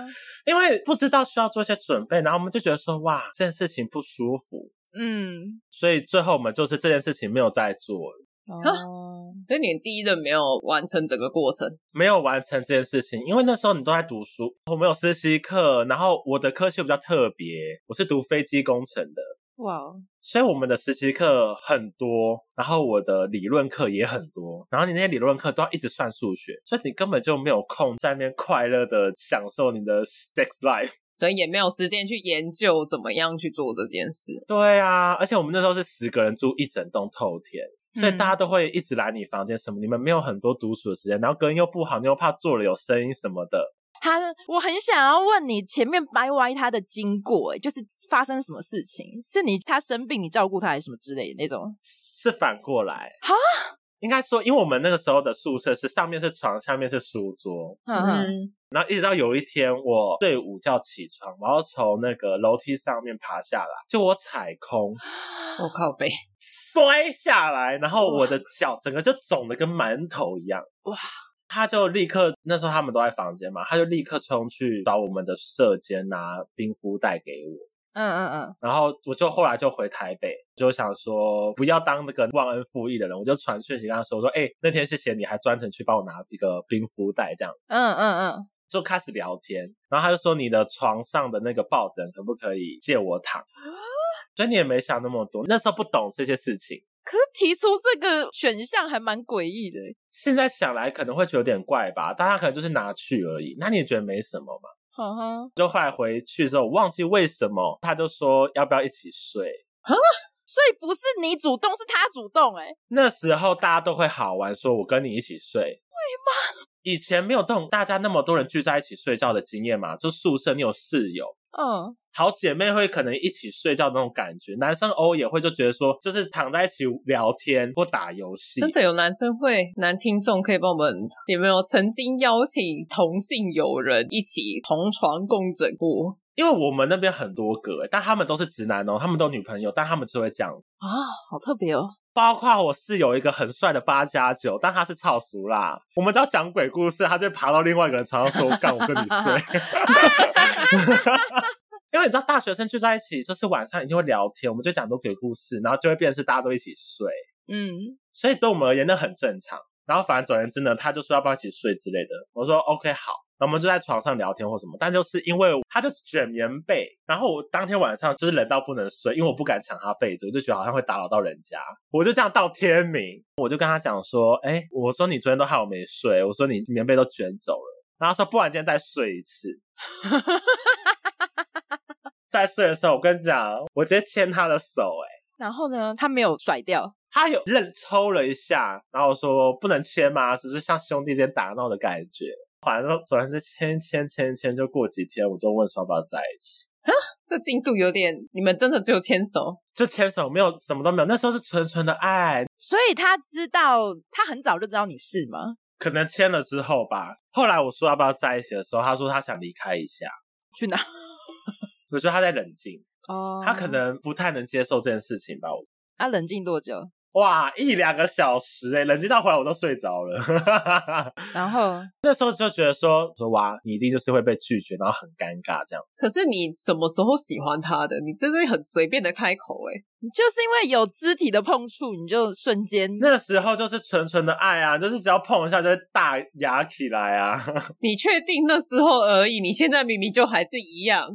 E: 因为不知道需要做一些准备，然后我们就觉得说，哇，这件事情不舒服，
B: 嗯，
E: 所以最后我们就是这件事情没有再做了，
B: 哦，
D: 所以你第一任没有完成整个过程，
E: 没有完成这件事情，因为那时候你都在读书，我们有实习课，然后我的科系比较特别，我是读飞机工程的，
B: 哇哦，
E: 所以我们的实习课很多，然后我的理论课也很多，然后你那些理论课都要一直算数学，所以你根本就没有空在那边快乐的享受你的 sex life。
D: 所以也没有时间去研究怎么样去做这件事。
E: 对啊，而且我们那时候是十个人住一整栋透天，所以
B: 嗯
E: 大家都会一直来你房间什么，你们没有很多独处的时间，然后隔音又不好，你又怕做了有声音什么的。
B: 他，我很想要问你前面掰歪他的经过、欸，就是发生什么事情？是你他生病，你照顾他，还是什么之类的那种？
E: 是反过来
B: 哈。
E: 应该说，因为我们那个时候的宿舍是上面是床，下面是书桌，
B: 嗯哼，，
E: 然后一直到有一天我睡午觉起床，我要从那个楼梯上面爬下来，就我踩空
D: 我靠背，
E: 摔下来，然后我的脚整个就肿的跟馒头一样，哇！他就立刻那时候他们都在房间嘛，他就立刻冲去找我们的舍监拿冰敷袋给我。
B: 嗯嗯嗯，
E: 然后我就后来就回台北，就想说不要当那个忘恩负义的人，我就传讯息跟他说，我说，哎、那天谢谢你还专程去帮我拿一个冰敷袋，这样
B: 嗯嗯嗯，
E: 就开始聊天。然后他就说，你的床上的那个抱枕可不可以借我躺？所以你也没想那么多，那时候不懂这些事情，
B: 可是提出这个选项还蛮诡异的欸，
E: 现在想来可能会觉得有点怪吧，但他可能就是拿去而已，那你也觉得没什么嘛？
B: 哈哈，
E: 就后来回去之后，我忘记为什么，他就说要不要一起睡。
B: 所以不是你主动，是他主动，哎，
E: 那时候大家都会好玩，说我跟你一起睡。会吗？以前没有这种大家那么多人聚在一起睡觉的经验嘛，就宿舍你有室友。
B: 嗯，
E: 好姐妹会可能一起睡觉的那种感觉，男生偶尔也会就觉得说，就是躺在一起聊天或打游戏，
D: 真的有男生会，男听众可以帮我们有没有曾经邀请同性友人一起同床共枕过
E: 因为我们那边很多个、欸但他们都是直男哦，他们都有女朋友，但他们就会这样。
B: 啊，好特别哦，
E: 包括我室友一个很帅的八加九，但他是超俗啦。我们只要讲鬼故事，他就爬到另外一个人床上说：“干，我跟你睡。”因为你知道，大学生聚在一起，就是晚上一定会聊天，我们就讲很多鬼故事，然后就会变成是大家都一起睡，
B: 嗯，
E: 所以对我们而言那很正常。然后反正总而言之呢，他就说要不要一起睡之类的，我说 OK 好，那我们就在床上聊天或什么。但就是因为他就卷棉被，然后我当天晚上就是冷到不能睡，因为我不敢抢他被子，我就觉得好像会打扰到人家，我就这样到天明，我就跟他讲说，哎，我说你昨天都害我没睡，我说你棉被都卷走了，然后他说不然今天再睡一次。再睡的时候，我跟你讲，我直接牵他的手、哎。
B: 然后呢，他没有甩掉，
E: 他有愣抽了一下，然后我说不能牵吗？只是像兄弟间打闹的感觉。反正总而言之，牵牵牵牵，就过几天我就问说要不要在一起，
D: 这进度有点，你们真的只有牵手？
E: 就牵手，没有什么都没有，那时候是纯纯的爱。
B: 所以他知道，他很早就知道你是吗？
E: 可能牵了之后吧，后来我说要不要在一起的时候，他说他想离开一下，
B: 去 哪？
E: 我觉得他在冷静，
B: 哦
E: 他可能不太能接受这件事情吧。我
B: 他冷静多久？
E: 哇，一两个小时哎、冷静到回来我都睡着了。
B: 然后
E: 那时候就觉得说说哇，你一定就是会被拒绝，然后很尴尬这样。
D: 可是你什么时候喜欢他的？你真是很随便的开口哎、
B: 你就是因为有肢体的碰触，你就瞬间
E: 那时候就是纯纯的爱啊，就是只要碰一下就会大牙起来啊。
D: 你确定那时候而已？你现在明明就还是一样，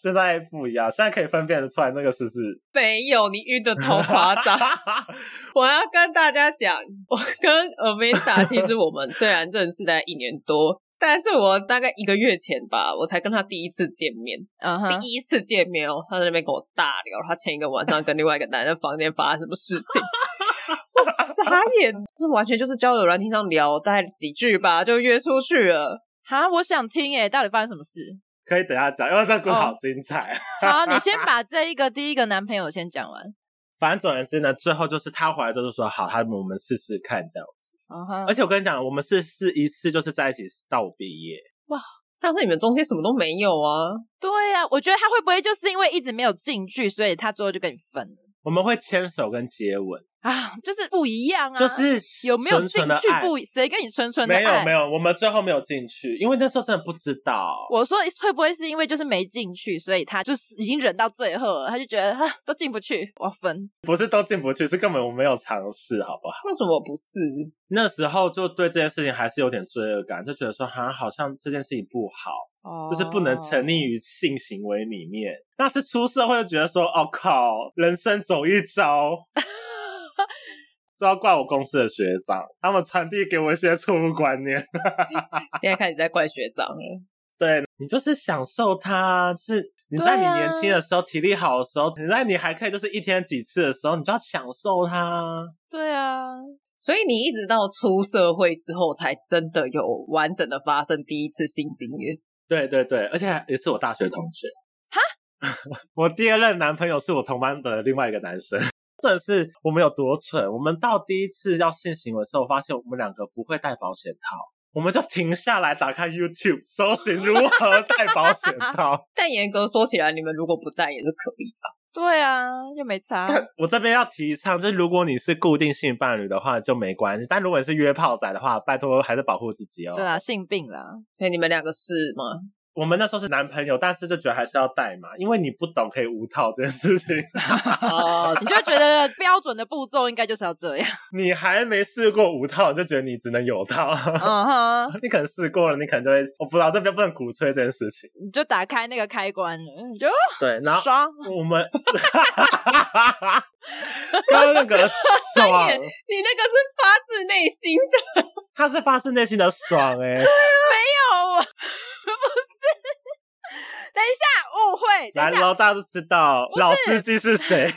E: 现在不一样，现在可以分辨得出来那个是不是
D: 没有你晕的超夸 张。我要跟大家讲，我跟 Amanda 其实我们虽然认识大概一年多，但是我大概一个月前吧，我才跟他第一次见面。
B: 嗯哼，
D: 第一次见面哦，他在那边跟我大聊，他前一个晚上跟另外一个男人房间发生什么事 情。我傻眼，这完全就是交友软体上聊大概几句吧，就约出去了。
B: 哈，我想听诶，到底发生什么事？
E: 可以等一下讲，因为这个好精彩。
B: 好，你先把这一个第一个男朋友先讲完。
E: 反正总而言之呢，最后就是他回来之后就说好，他我们试试看这样子。
B: 嗯哼
E: 而，且我跟你讲，我们是试一次就是在一起到我毕业。
D: 但是你们中间什么都没有啊，
B: 对呀、我觉得他会不会就是因为一直没有进去，所以他最后就跟你分了
E: 我们会牵手跟接吻，
B: 啊？就是不一样啊，
E: 就是
B: 有没有
E: 纯
B: 进
E: 纯的
B: 去
E: 爱
B: 不？谁跟你纯纯的爱？
E: 没有没有，我们最后没有进去，因为那时候真的不知道。
B: 我说会不会是因为就是没进去，所以他就是已经忍到最后了，他就觉得哈都进不去，我要分。
E: 不是都进不去，是根本我没有尝试，好不好？
D: 为什么不是？
E: 那时候就对这件事情还是有点罪恶感，就觉得说，哈，好像这件事情不好，
B: 哦
E: 就是不能沉溺于性行为里面。那是出社会就觉得说，哦靠，人生走一遭，这要怪我公司的学长，他们传递给我一些错误观念。
D: 现在开始在怪学长了。
E: 对你就是享受它，就是你在你
B: 对啊
E: 年轻的时候、体力好的时候，你在你还可以就是一天几次的时候，你就要享受它。
B: 对啊，
D: 所以你一直到出社会之后，才真的有完整的发生第一次性经验。
E: 对对对，而且也是我大学同学。哈， 我第二任男朋友是我同班的另外一个男生。真的是我们有多蠢！我们到第一次要性行为的时候，我发现我们两个不会戴保险套，我们就停下来打开 YouTube 搜寻如何戴保险套。
D: 但严格说起来，你们如果不戴也是可以吧？
B: 对啊，又没差。
E: 我这边要提倡，就是如果你是固定性伴侣的话就没关系，但如果你是约炮仔的话，拜托还是保护自己哦。
B: 对啊，性病啦，
D: 哎，你们两个是吗？
E: 我们那时候是男朋友，但是就觉得还是要带嘛，因为你不懂可以无套这件事 情，
D: 哦，
B: 你就觉得标准的步骤应该就是要这样。
E: 你还没试过无套，你就觉得你只能有套。
B: 嗯哼，
E: 你可能试过了，你可能就会，我不知道这边不能鼓吹这件事情。
B: 你就打开那个开关了，你就哦
E: 对，然后
B: 爽。
E: 我们，刚刚那个爽，
D: 你那个是发自内心的，
E: 他是发自内心的爽哎、
B: 哦，我 不是。等一下，误会， 等
E: 来
B: 一下，
E: 喽，大家都知道
B: 不是
E: 老司机 是谁。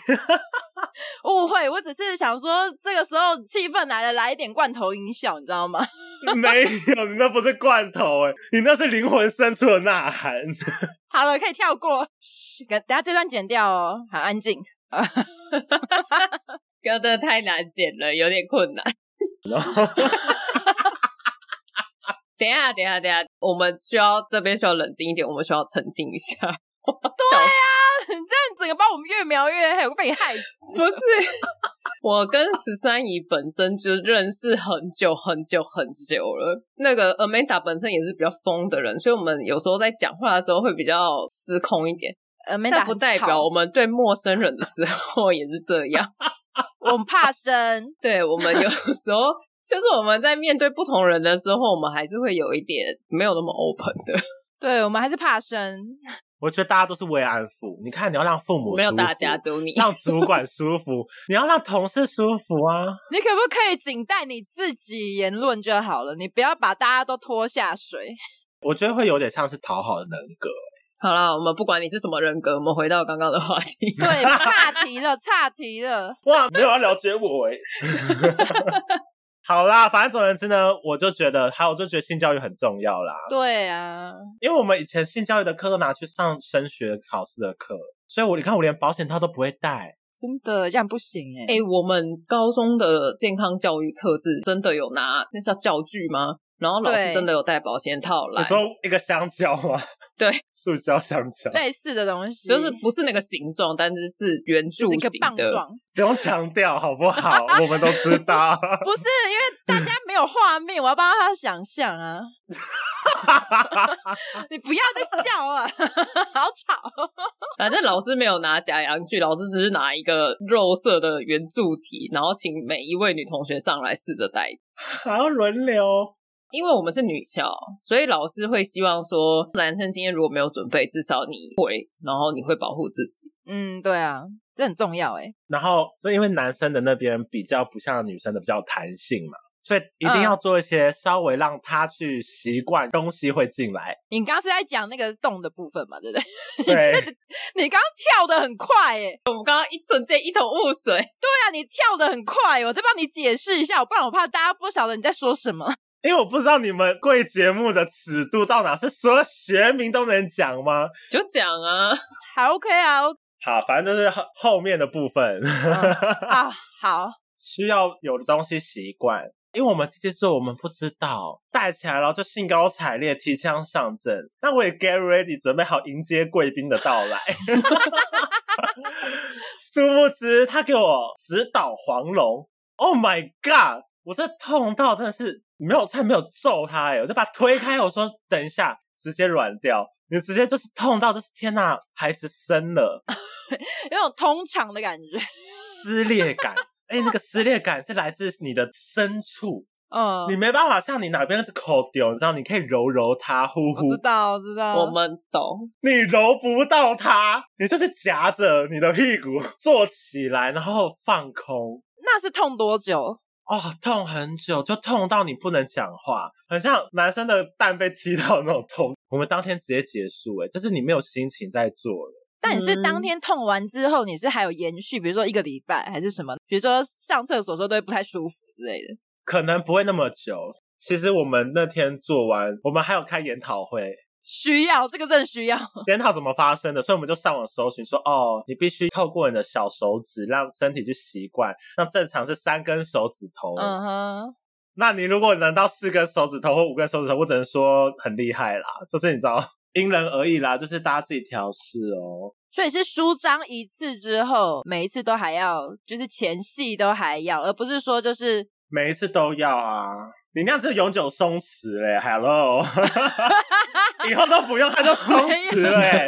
B: 误会。我只是想说，这个时候气氛来了，来一点罐头音效，你知道吗？
E: 没有，你那不是罐头哎、你那是灵魂深处的呐喊。
B: 好了，可以跳过。嘘，等等下这段剪掉哦，好安静。
D: 标的太难剪了，有点困难。等一下，等一下，等一下，我们需要这边需要冷静一点，我们需要澄清一下。 对啊，
B: 你这样整个把我们越描越黑，我被你害死。
D: 不是，我跟十三姨本身就认识很久很久很久了。那个 Amanda 本身也是比较疯的人，所以我们有时候在讲话的时候会比较失控一点。
B: 呃，没
D: 但
B: 打
D: 不代表我们对陌生人的时候也是这样。
B: 我们怕生，
D: 对我们有时候就是我们在面对不同人的时候，我们还是会有一点没有那么 open 的，
B: 对我们还是怕生。
E: 我觉得大家都是慰安妇，你看你要让父母
D: 没有
E: 舒
D: 大
E: 服
D: 家都你。
E: 让主管舒服，你要让同事舒服啊。
B: 你可不可以仅带你自己言论就好了？你不要把大家都拖下 水。
E: 我觉得会有点像是讨好的人格。
D: 好啦，我们不管你是什么人格，我们回到刚刚的话题。
B: 对，岔题 了，岔题了。
E: 哇，没有要了解我哎、 好啦，反正总而言之呢，我就觉得，还有我就觉得性教育很重要啦，
B: 对啊，
E: 因为我们以前性教育的课都拿去上升学考试的课，所以我你看我连保险套都不会带，
B: 真的这样不行哎、
D: 哎、我们高中的健康教育课是真的有拿那叫教具吗？然后老师
B: 对
D: 真的有带保险套来
E: 你，说一个香蕉 吗？
D: 对，
E: 塑胶香蕉，
B: 类似的东西，
D: 就是不是那个形状，但是是圆柱
B: 就是一
D: 形
B: 个棒
D: 的。
B: 状，
E: 不用强调好不 好？我们都知道。
B: 不是因为大家没有画面，我要帮他想象 啊。你不要再笑了， 好吵。
D: 反正老师没有拿假洋具，老师只是拿一个肉色的圆柱体，然后请每一位女同学上来试着戴
E: 还要轮流。
D: 因为我们是女校，所以老师会希望说，男生今天如果没有准备，至少你会，然后你会保护自己。
B: 嗯，对啊，这很重要哎、
E: 然后，因为男生的那边比较不像女生的比较有弹性嘛，所以一定
B: 嗯
E: 要做一些稍微让他去习惯东西会进来。
B: 你刚刚是在讲那个动的部分嘛，对不对？
E: 对，
B: 你刚刚跳的很快哎、
D: 我们刚刚啊一瞬间一头雾水，
B: 对啊，你跳的很快，我再帮你解释一下，不然我怕大家不晓得你在说什么。
E: 因为我不知道你们贵节目的尺度到哪，是所有学名都能讲吗？
D: 就讲啊，
B: 还 OK 啊，OK
E: 好，反正就是后后面的部分、
B: 啊，好，
E: 需要有的东西习惯。因为我们第一次做，我们不知道带起来，然后就兴高采烈、提枪上阵。那我也 get ready，准备好迎接贵宾的到来。 殊不知，他给我直捣黄龙。Oh my god！我这痛到真的是没有菜没有揍他哎、我就把他推开，我说等一下，直接软掉。你直接就是痛到就是天呐，孩子生了。
B: 有种通常的感觉。
E: 撕裂感。哎、那个撕裂感是来自你的深处，
B: 嗯，
E: 你没办法像你哪边口丢，你知道，你可以揉揉它，呼
B: 我
E: 呼
B: 知，道，我知道。
D: 我们懂。
E: 你揉不到它，你就是夹着你的屁股 坐起来，然后放空，
B: 那是痛多久？
E: 哦，痛很久，就痛到你不能讲话，很像男生的蛋被踢到的那种痛。 我们当天直接结束、哎，就是你没有心情在做了，
B: 但你是当
D: 嗯
B: 天痛完之后，你是还有延续，比如说一个礼拜还是什么？比如说上厕所的时候都会不太舒服之类的。
E: 可能不会那么久。其实我们那天做完，我们还有开研讨会，
B: 需要这个真的需要，
D: 哦
E: 检讨怎么发生的，所以我们就上网搜寻说，哦，你必须透过你的小手指让身体去习惯，那正常是三根手指头，
B: 嗯哼，
E: 那你如果能到四根手指头或五根手指头，我只能说很厉害啦，就是你知道，因人而异啦，就是大家自己调试哦。
B: 所以是舒张一次之后，每一次都还要，就是前戏都还要，而不是说就是
E: 每一次都要啊。你那样子永久松弛嘞、h e l l o 以后都不用它就松弛了、欸、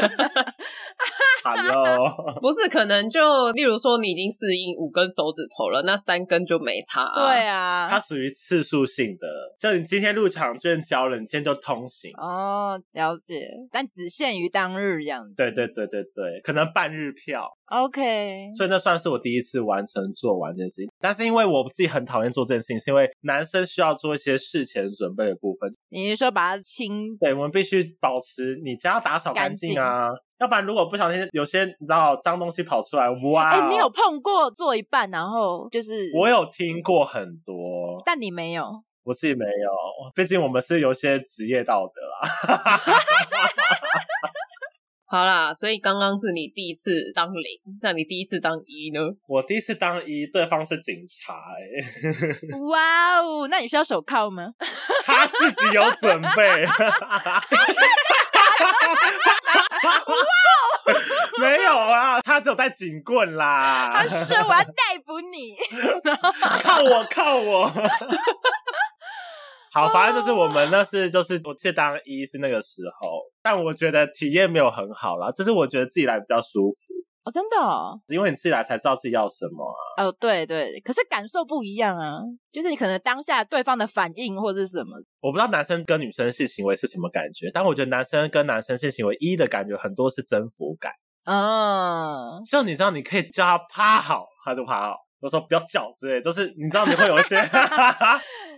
E: ，Hello，
D: 不是，可能就例如说你已经适应五根手指头了，那三根就没差、
E: 呃
D: 啊。
B: 对啊，
E: 它属于次数性的，就你今天入场券交了，你今天就通行。
B: 哦，了解，但只限于当日这样子。
E: 对对对对对，可能半日票，
B: OK，
E: 所以那算是我第一次完成做完这件事情。但是因为我自己很讨厌做这件事情，是因为男生需要做一些事前准备的部分。
B: 你是说把它清？
E: 对，我们必须保持你家要打扫干净啊，要不然如果不小心有些你知道脏东西跑出来，哇！
B: 哎、
E: 哦
B: 你有碰过做一半，然后就是
E: 我有听过很多，
B: 但你没有。
E: 我自己没有，毕竟我们是有一些职业道德啦。
D: 好啦，所以刚刚是你第一次当零，那你第一次当一呢？
E: 我第一次当一，对方是警察、欸，
B: 哇哦，那你需要手铐吗？
E: 他自己有准备。没有啊，他只有带警棍啦
B: 他。说啊我要逮捕 你。
E: 靠我，靠我。好，反正就是我们那是就是我记得当一是那个时候，但我觉得体验没有很好啦，就是我觉得自己来比较舒服，
B: 哦，真的哦，
E: 因为你自己来才知道自己要什么啊、
B: 哦，对对，可是感受不一样啊，就是你可能当下对方的反应或是什么，
E: 我不知道男生跟女生性行为是什么感觉，但我觉得男生跟男生性行为一的感觉很多是征服感，
B: 嗯，
E: 就你知道你可以叫他趴好，他就趴好，有时候不要叫之类，就是你知道你会有一 些。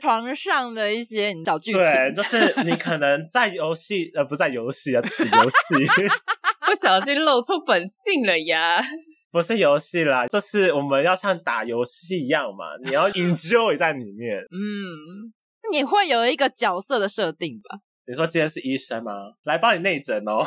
B: 床上的一些小剧情，
E: 对，就是你可能在游戏，呃，不在游戏啊，游戏
D: 不小心露出本性了呀！
E: 不是游戏啦，就是我们要像打游戏一样嘛，你要 enjoy 在里面。
B: 嗯，你会有一个角色的设定吧？
E: 你说今天是医生吗？来帮你内诊 哦。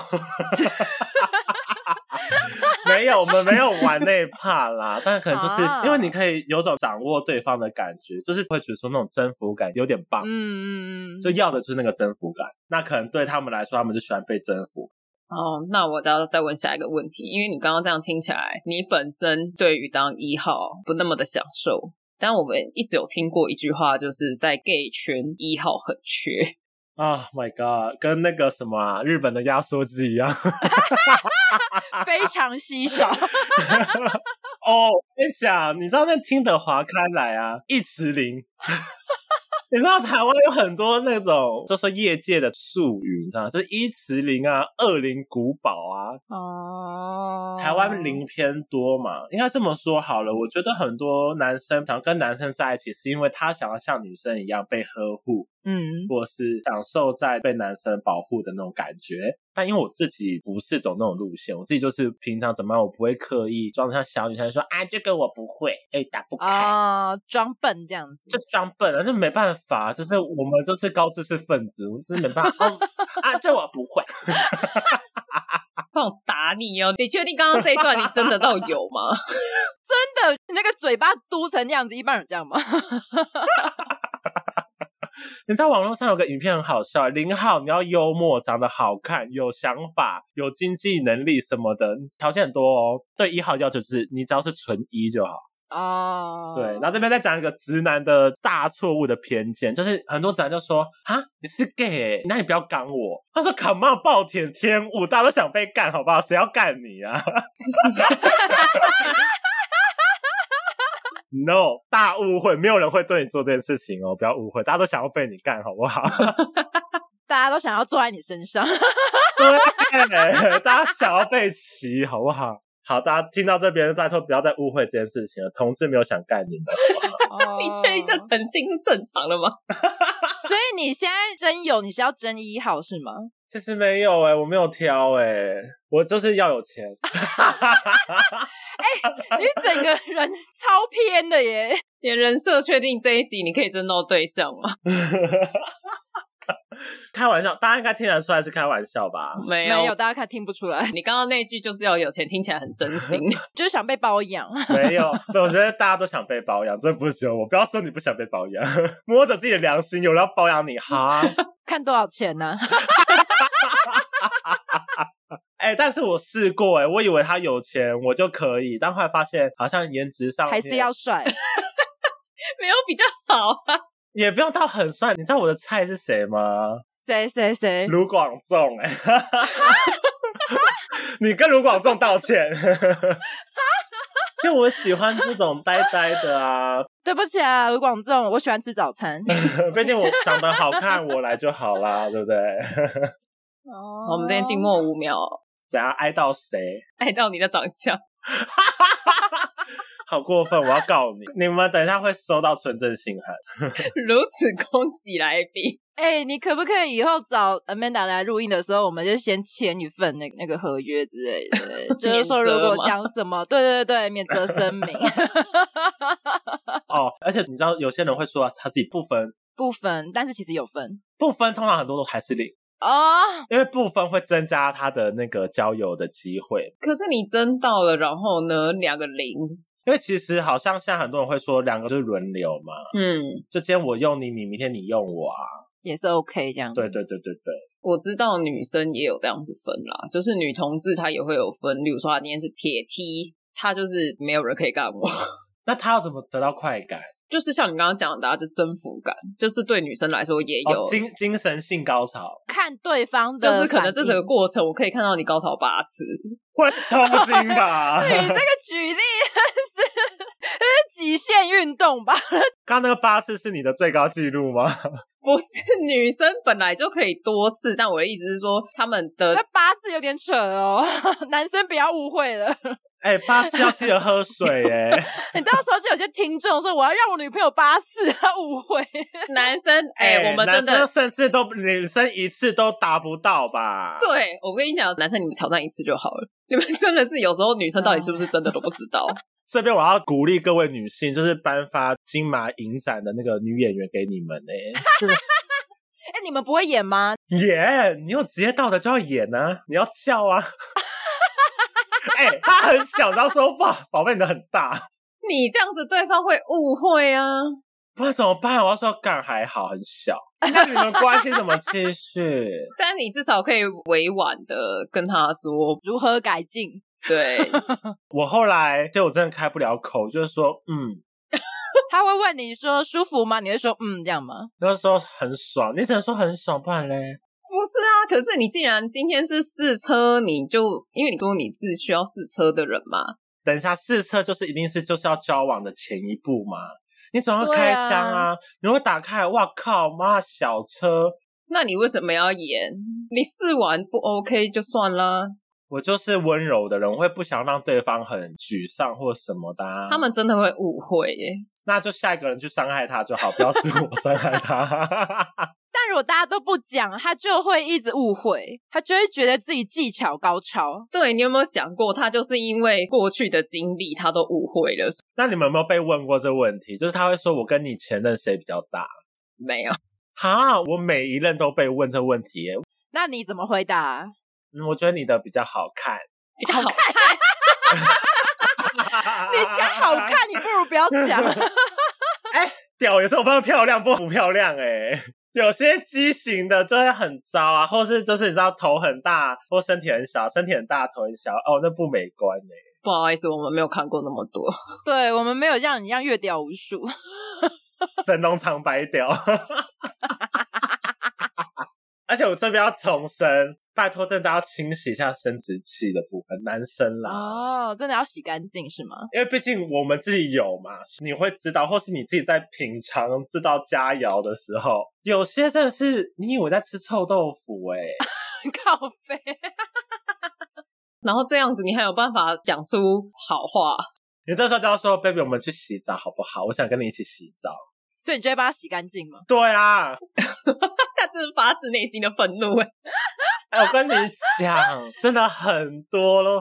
E: 没有，我们没有玩那一 part 啦，但可能就是、
B: 啊
E: 因为你可以有种掌握对方的感觉，就是会觉得说那种征服感有点棒，
B: 嗯嗯嗯，
E: 就要的就是那个征服感。那可能对他们来说，他们就喜欢被征服。
D: 哦，那我要再问下一个问题，因为你刚刚这样听起来，你本身对于当一号不那么的享受，但我们一直有听过一句话，就是在 gay 圈一号很缺。
E: 啊、m y God，跟那个什么、啊、日本的压缩机一样。 啊
B: 非常稀少。
E: 哦，我跟你讲，你知道那听的华刊来啊，一词零。 你知道台湾有很多那种，就说业界的术语，你知道吗，就是一词零啊、二零古堡啊，
B: 哦，
E: 台湾零偏多嘛，应该这么说好了。我觉得很多男生想跟男生在一起，是因为他想要像女生一样被呵护，
B: 嗯，
E: 或是享受在被男生保护的那种感觉。但因为我自己不是走那种路线，我自己就是平常怎么样，我不会刻意装得像小女生说啊，这个我不会，哎、打不开，
B: 啊、装笨这样
E: 就
B: 子。
E: 装笨啊，这没办法，就是我们就是高知识分子，我们就是没办法、哦、啊，这我不会。
D: 放打你哦！你确定刚刚这一段你真的到有吗？
B: 真的，你那个嘴巴嘟成那样子，一般人这样吗？
E: 你知道网络上有个影片很好笑，零号你要幽默，长得好看，有想法，有经济能力什么的，条件很多哦。对一号要求就是你只要是纯一就好。
B: 哦，
E: 对，然后这边再讲一个直男的大错误的偏见，就是很多直男就说啊，你是 gay，、欸、那你不要干我。他说 Come on，暴殄天物，大家都想被干，好不好？谁要干你啊 ？No，大误会，没有人会对你做这件事情哦，不要误会，大家都想要被你干，好不好？
B: 大家都想要坐在你身上。
E: 对，大家想要被骑，好不好？好，大家听到这边，拜托不要再误会这件事情了。同志没有想干你们，
D: 你确定这
B: 哦
D: 澄清是正常的吗？
B: 所以你现在真有，你是要真一号是 吗？
E: 其实没有哎、我没有挑哎、我就是要有钱。
B: 你整个人超偏的耶！
D: 你的人设确定这一集你可以争到对象吗？
E: 开玩笑，大家应该听得出来是开玩笑吧？
D: 没有，
B: 没有，大家看听不出来，
D: 你刚刚那句就是要有钱，听起来很真心。
B: 就是想被包养。啊
E: 没有，对我觉得大家都想被包养，这不是只有我。不要说你不想被包养， 摸着自己的良心，有人要 包养你，好啊。
B: 看多少钱呢、
E: 哎、哎、但是我试过哎、我以为他有钱我就可以，但后来发现好像颜值上
B: 还是
E: 面
B: 要帅。
D: 没有比较好啊。
E: 也不用到很帅。你知道我的菜是谁吗？
B: 谁谁谁？
E: 卢广仲哎、 你跟卢广仲道歉。就我喜欢这种呆呆的啊，
B: 对不起啊，卢广仲，我喜欢吃早 餐。
E: 毕竟我长得好看，我来就好啦，对不对？
B: 哦
D: 我们今天静默五秒，
E: 想要哀悼谁？
D: 爱到你的长相。
E: 好过分！我要告你！你们等一下会收到纯正信函。
D: 如此攻击来宾，
B: 哎、你可不可以以后找 Amanda 来录音的时候，我们就先签一份那那个合约之类 的，就是说如
D: 免责
B: 果
D: 吗
B: 讲什么，对对对，免责声 明
E: 哦，而且你知道有些人会说他自己不分，
B: 不分，但是其实有分
E: 不分通常很多都还是零，
B: 哦。
E: 因为不分会增加他的那个交友的机会。
D: 可是你真到了，然后呢，两个零，
E: 因为其实好像现在很多人会说两个就是轮流嘛，
D: 嗯，
E: 就今天我用你，你明天你用我啊。
B: 也是 OK 这样，
D: 嗯
E: 对对对对对，
D: 我知道女生也有这样子分啦，就是女同志她也会有分，例如说她今天是铁梯，她就是没有人可以干我，
E: 那他要怎么得到快感？
D: 就是像你刚刚讲的、啊，就征服感，就是对女生来说也有，
E: 哦，精精神性高潮
B: 看对方的
D: 就
B: 反应，
D: 是可能这整个过程我可以看到你高潮八次，
E: 会抽筋 吧？
B: 哎你这个举例是是极限运动吧？
E: 刚刚那个八次是你的最高纪录吗？
D: 不是女生本来就可以多次，但我的意思是说她们的
B: 那八字有点扯哦， 男生不要误会了。
E: 哎、八次要记得喝水哎、
B: 你到时候就有些听众说我要让我女朋友八次，他误会。
D: 男生， 哎、我们
E: 男
D: 真
E: 生
D: 的。
E: 甚至都女生一次都达不到吧？
D: 对，我跟你讲，男生你们挑战一次就好了。你们真的是有时候女生到底是不是真的都不知道。
E: 这边我要鼓励各位女性，就是颁发金马影展的那个女演员给你们呢、
B: 哎、你们不会演吗？
E: 演，你有职业道德就要演啊，你要叫啊。 哎、他很小，到时候哇，宝贝你的很大，
D: 你这样子对方会误会啊。
E: 不然怎么办？我要说干还好，很小。那你们关系怎么继续？
D: 但你至少可以委婉的跟他说，
B: 如何改进？
D: 对，
E: 我后来就我真的开不了口，就是说，嗯，
B: 他会问你说舒服吗？你会说嗯这样吗？
E: 那时候很爽，你只能说很爽，不然嘞，
D: 不是啊。可是你既然今天是试车，你就因为你说你是需要试车的人嘛，
E: 等一下试车就是一定是就是要交往的前一步嘛，你总要
B: 对啊
E: 开箱啊，你会打开，哇靠妈小车，
D: 那你为什么要演？你试完不 OK 就算啦。
E: 我就是温柔的人，我会不想让对方很沮丧或什么的、啊。
D: 他们真的会误会耶。
E: 那就下一个人去伤害他就好，不要是我伤害他。
B: 但如果大家都不讲，他就会一直误会，他就会觉得自己技巧高超。
D: 对你有没有想过，他就是因为过去的经历，他都误会了？
E: 那你们有没有被问过这问题？就是他会说我跟你前任谁比较大？
D: 没有，
E: 哈，我每一任都被问这问题耶、
B: 那你怎么回答？啊
E: 嗯我觉得你的比较好看，
D: 比较好看。
B: 你讲好看，你不如不要讲。
E: 屌有时候不知道漂亮不不漂亮哎、有些畸形的真的很糟啊，或是就是你知道头很大或身体很小，身体很大头很小哦，那不美观哎、
D: 不好意思，我们没有看过那么多。
B: 对我们没有像你一样越屌无数。
E: 整容长白屌。而且我这边要重申，拜托真的要清洗一下生殖器的部分，男生啦。
B: 哦，真的要洗干净是吗？
E: 因为毕竟我们自己有嘛，你会知道，或是你自己在品尝这道佳肴的时候，有些真的是你以为在吃臭豆腐哎、
B: 靠背。
D: 然后这样子，你还有办法讲出好话？
E: 你这时候就要说，baby，我们去洗澡好不好？我想跟你一起洗澡。
B: 所以你就会帮他洗干净吗？
E: 对啊，
D: 他这是发自内心的愤怒哎。
E: 哎、我跟你讲，真的很多咯。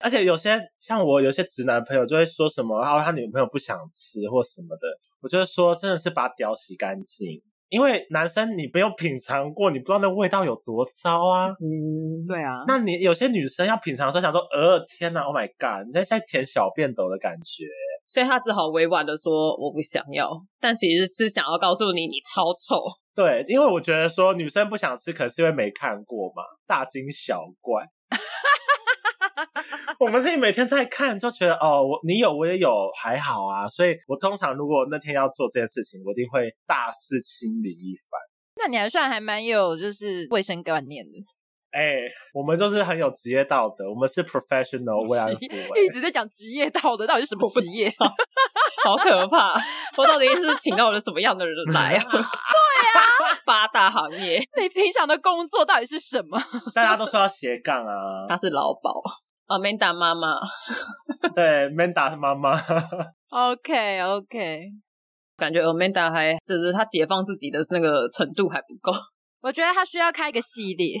E: 而且有些像我有些直男朋友就会说什么，啊，他女朋友不想吃或什么的，我就说真的是把屌洗干净，因为男生你没有品尝过，你不知道那味道有多糟啊。
D: 嗯，
B: 对啊，
E: 那你有些女生要品尝的时候想说，呃，天哪，Oh my god，你在在舔小便斗的感觉。
D: 所以他只好委婉的说我不想要，但其实是想要告诉你你超臭。
E: 对，因为我觉得说女生不想吃，可能是因为没看过嘛，大惊小怪。 我们自己每天在看，就觉得哦，我你有我也有，还好啊。所以我通常如果那天要做这件事情，我一定会大肆清理一番。
B: 那你还算还蛮有就是卫生观念的，
E: 哎、我们就是很有职业道德，我们是 professional 慰安妇、
B: 一直在讲职业道德，到底是什么
D: 我不
B: 职
D: 知
B: 业？
D: 道，好可怕！我到底是请到了什么样的人来啊？对 啊，八大行业，
B: 你平常的工作到底是什么？
E: 哎大家都说要斜杠啊，
D: 他是劳保。Amanda 妈妈，
E: 对，Manda 是妈 妈，
B: OK OK，
D: 感觉 Amanda 还就是她解放自己的那个程度还不够
B: 我觉得他需要开一个系 列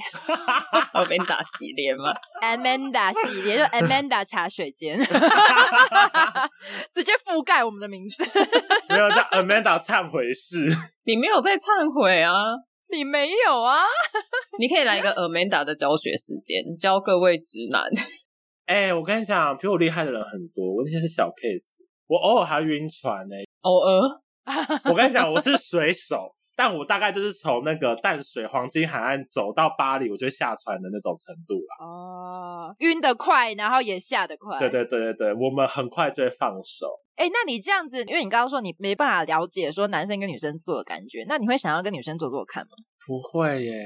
D: ，Amanda 系列嘛，
B: ，Amanda 系列，就 Amanda 茶水间， 直接覆盖我们的名字。
E: 没有叫 Amanda 忏悔室。
D: 你没有在忏悔啊？
B: 你没有啊？
D: 你可以来一个 Amanda 的教学时间，教各位直男。
E: 哎、我跟你讲，比我厉害的人很多，我那些是小 case，我偶尔还晕船呢、
D: 偶尔
E: 我跟你讲，我是水手，但我大概就是从那个淡水黄金海岸走到巴黎，我就下船的那种程度了。
B: 哦，晕得快，然后也下得快。
E: 对。对对对对，我们很快就会放手。
B: 哎，那你这样子，因为你刚刚说你没办法了解说男生跟女生做的感觉，那你会想要跟女生做做看吗？
E: 不会耶，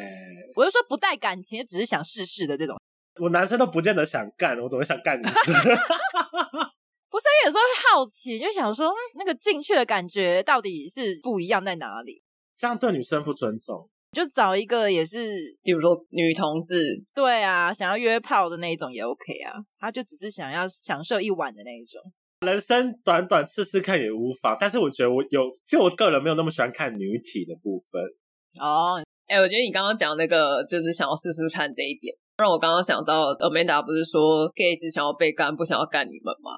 B: 我就说不带感情，只是想试试的这种。
E: 我男生都不见得想干，我怎么会想干女生？
B: 不是，因为有时候会好奇，就想说、嗯那个进去的感觉到底是不一样在哪里？
E: 这样对女生不尊重。
B: 就找一个也是
D: 比如说女同志，
B: 对啊，想要约炮的那一种也 OK 啊，他就只是想要享受一晚的那一种。
E: 人生短短试试看也无妨，但是我觉得我有，就我个人没有那么喜欢看女体的部分。
B: 哦，
D: 哎、我觉得你刚刚讲那个就是想要试试看这一点，让我刚刚想到 Amanda 不是说 gay 只想要被干，不想要干你们吗？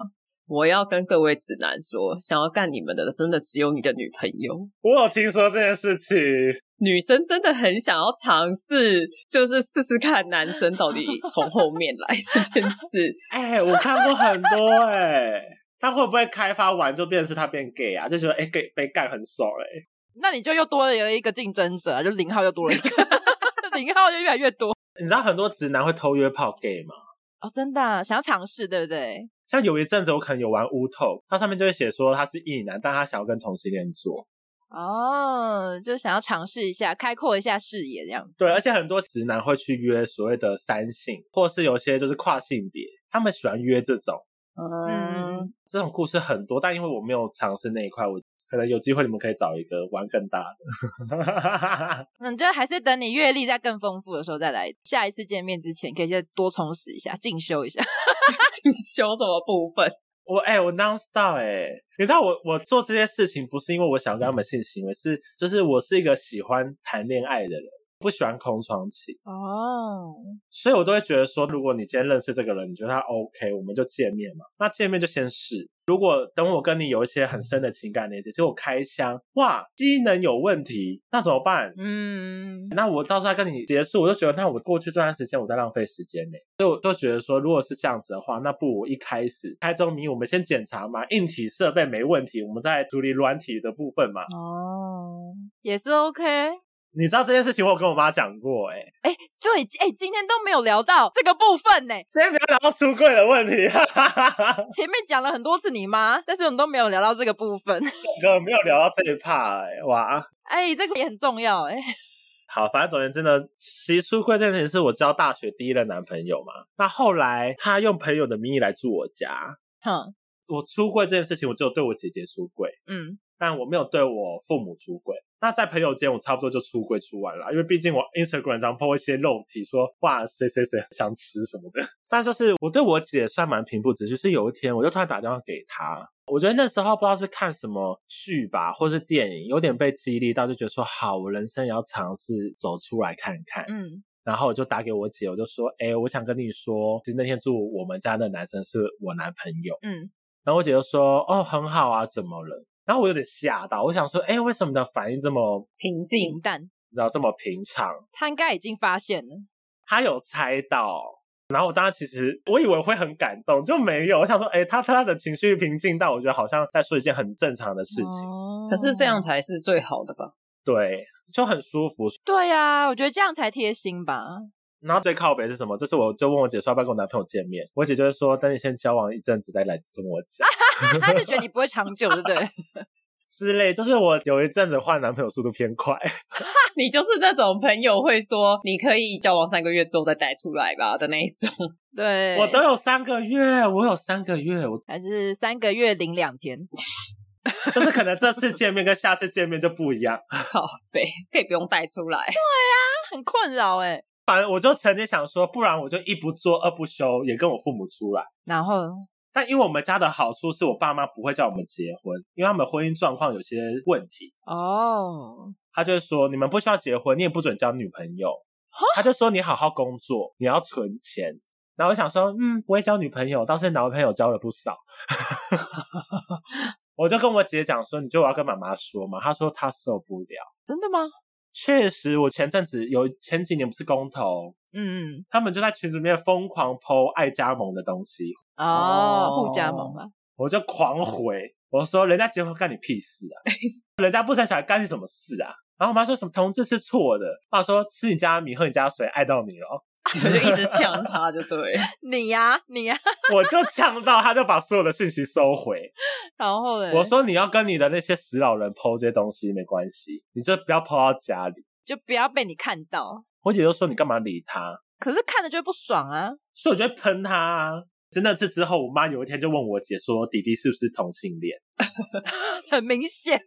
D: 我要跟各位直男说，想要干你们的真的只有你的女朋友。
E: 我有听说这件事情，
D: 女生真的很想要尝试，就是试试看男生到底从后面来这件事。
E: 哎、我看过很多哎、他会不会开发完就变成是他变 gay 啊？就觉得哎、gay 被干很爽哎、
B: 那你就又多了一个竞争者啊，就零号又多了一个， 零号就越来越多。
E: 你知道很多直男会偷约炮 gay 吗？
B: 哦，真的啊、想要尝试，对不对？
E: 像有一阵子我可能有玩乌透，它上面就会写说他是异男，但他想要跟同性恋做。
B: 哦，就想要尝试一下，开阔一下视野这样子。
E: 对，而且很多直男会去约所谓的三性，或是有些就是跨性别，他们喜欢约这种。
D: 嗯，
B: 嗯，
E: 这种故事很多，但因为我没有尝试那一块，我可能有机会你们可以找一个玩更大的。
B: 那就还是等你阅历再更丰富的时候再来，下一次见面之前可以再多充实一下，进修一下。
D: 进修什么部分？
E: 我哎、我 non stop 哎、你知道我我做这些事情不是因为我想要跟他们性行为，是就是我是一个喜欢谈恋爱的人，不喜欢空窗期。
B: 哦，
E: 所以我都会觉得说，如果你今天认识这个人，你觉得他 OK，我们就见面嘛。那见面就先试。如果等我跟你有一些很深的情感连接，结果开箱，哇，机能有问题，那怎么办？
B: 嗯，
E: 那我到时候再跟你结束，我就觉得那我过去这段时间我在浪费时间呢、所以我就觉得说，如果是这样子的话，那不如我一开始开宗明义，我们先检查嘛，硬体设备没问题，我们再处理软体的部分嘛。
B: 哦，也是 OK。
E: 你知道这件事情，我有跟我妈讲过、欸，哎，
B: 哎，对，哎，今天都没有聊到这个部分呢。
E: 今天不要聊到出柜的问题， 哈哈哈哈。
B: 前面讲了很多次你妈，但是我们都没有聊到这个部分。
E: 哥没有聊到这一趴、欸，哇！
B: 哎，这个也很重要哎。
E: 好，反正总而言之呢，其实出柜这件事情是我交大学第一任男朋友嘛。那后来他用朋友的名义来住我家，
B: 哼，
E: 我出柜这件事情，我只有对我姐姐出柜，
B: 嗯，
E: 但我没有对我父母出柜。那在朋友间，我差不多就出柜出完了，因为毕竟我 Instagram 上 po 一些肉体说，哇谁谁谁想吃什么的。但就是我对我姐算蛮平步直叙，是有一天我就突然打电话给她，我觉得那时候不知道是看什么剧吧，或是电影，有点被激励到，就觉得说好，我人生也要尝试走出来看看。
B: 嗯，
E: 然后我就打给我姐，我就说，哎、我想跟你说，其实那天住我们家的男生是我男朋友。
B: 嗯，
E: 然后我姐就说，哦，很好啊，怎么了？然后我有点吓到，我想说，哎、为什么你的反应这么，
D: 平
B: 平
D: 静，
B: 淡，
E: 你知道这么平常？
B: 他应该已经发现了。
E: 她有猜到。然后我当时其实我以为会很感动，就没有。我想说，哎、她她的情绪平静到我觉得好像在说一件很正常的事情，
B: 哦
D: 嗯可是这样才是最好的吧？
E: 对，就很舒服。
B: 对呀、啊，我觉得这样才贴心吧。
E: 然后最靠北是什么？就是我就问我姐说要不要跟我男朋友见面，我姐就会说等你先交往一阵子再来跟我讲
B: 啊他就觉得你不会长久，对不对？
E: 之类。就是我有一阵子换男朋友速度偏快，
D: 你就是那种朋友会说你可以交往三个月之后再带出来吧的那一种。
B: 对，
E: 我都有三个月，我有三个月，我
B: 还是三个月零两天，
E: 就是可能这次见面跟下次见面就不一样。
D: 靠背可以不用带出来，
B: 很困扰哎。
E: 反正我就曾经想说，不然我就一不做二不休，也跟我父母出来。
B: 然后
E: 但因为我们家的好处是我爸妈不会叫我们结婚，因为他们婚姻状况有些问题，
B: 哦，
E: 他就说你们不需要结婚，你也不准交女朋友。他就说你好好工作，你要存钱。然后我想说，嗯，不会交女朋友，倒是男朋友交了不少。 我就跟我姐讲说，你就我要跟妈妈说嘛。她说她受不了。
B: 真的吗？
E: 确实，我前阵子有前几年不是公投，
B: 嗯
E: 他们就在群里面疯狂剖爱加盟的东西，
B: 嗯，哦，
E: 哦
B: 互加盟嘛，
E: 我就狂回，我说人家结婚干你屁事啊，人家不生小孩干你什么事啊？然后我妈说什么同志是错的，我妈说吃你家米喝你家水，爱到你哦了，
D: 我 就一直呛他，就对。
B: 你呀你呀，
E: 我就呛到，她就把所有的讯息收回。
B: 然后嘞，
E: 我说你要跟你的那些死老人剖这些东西没关系，你就不要剖到家里。
B: 就不要被你看到，
E: 我姐就说你干嘛理他？
B: 可是看了就会不爽啊。
E: 所以我就会喷他啊。真的，这之后，我妈有一天就问我姐说：“弟弟是不是同性恋？”
B: 很明显。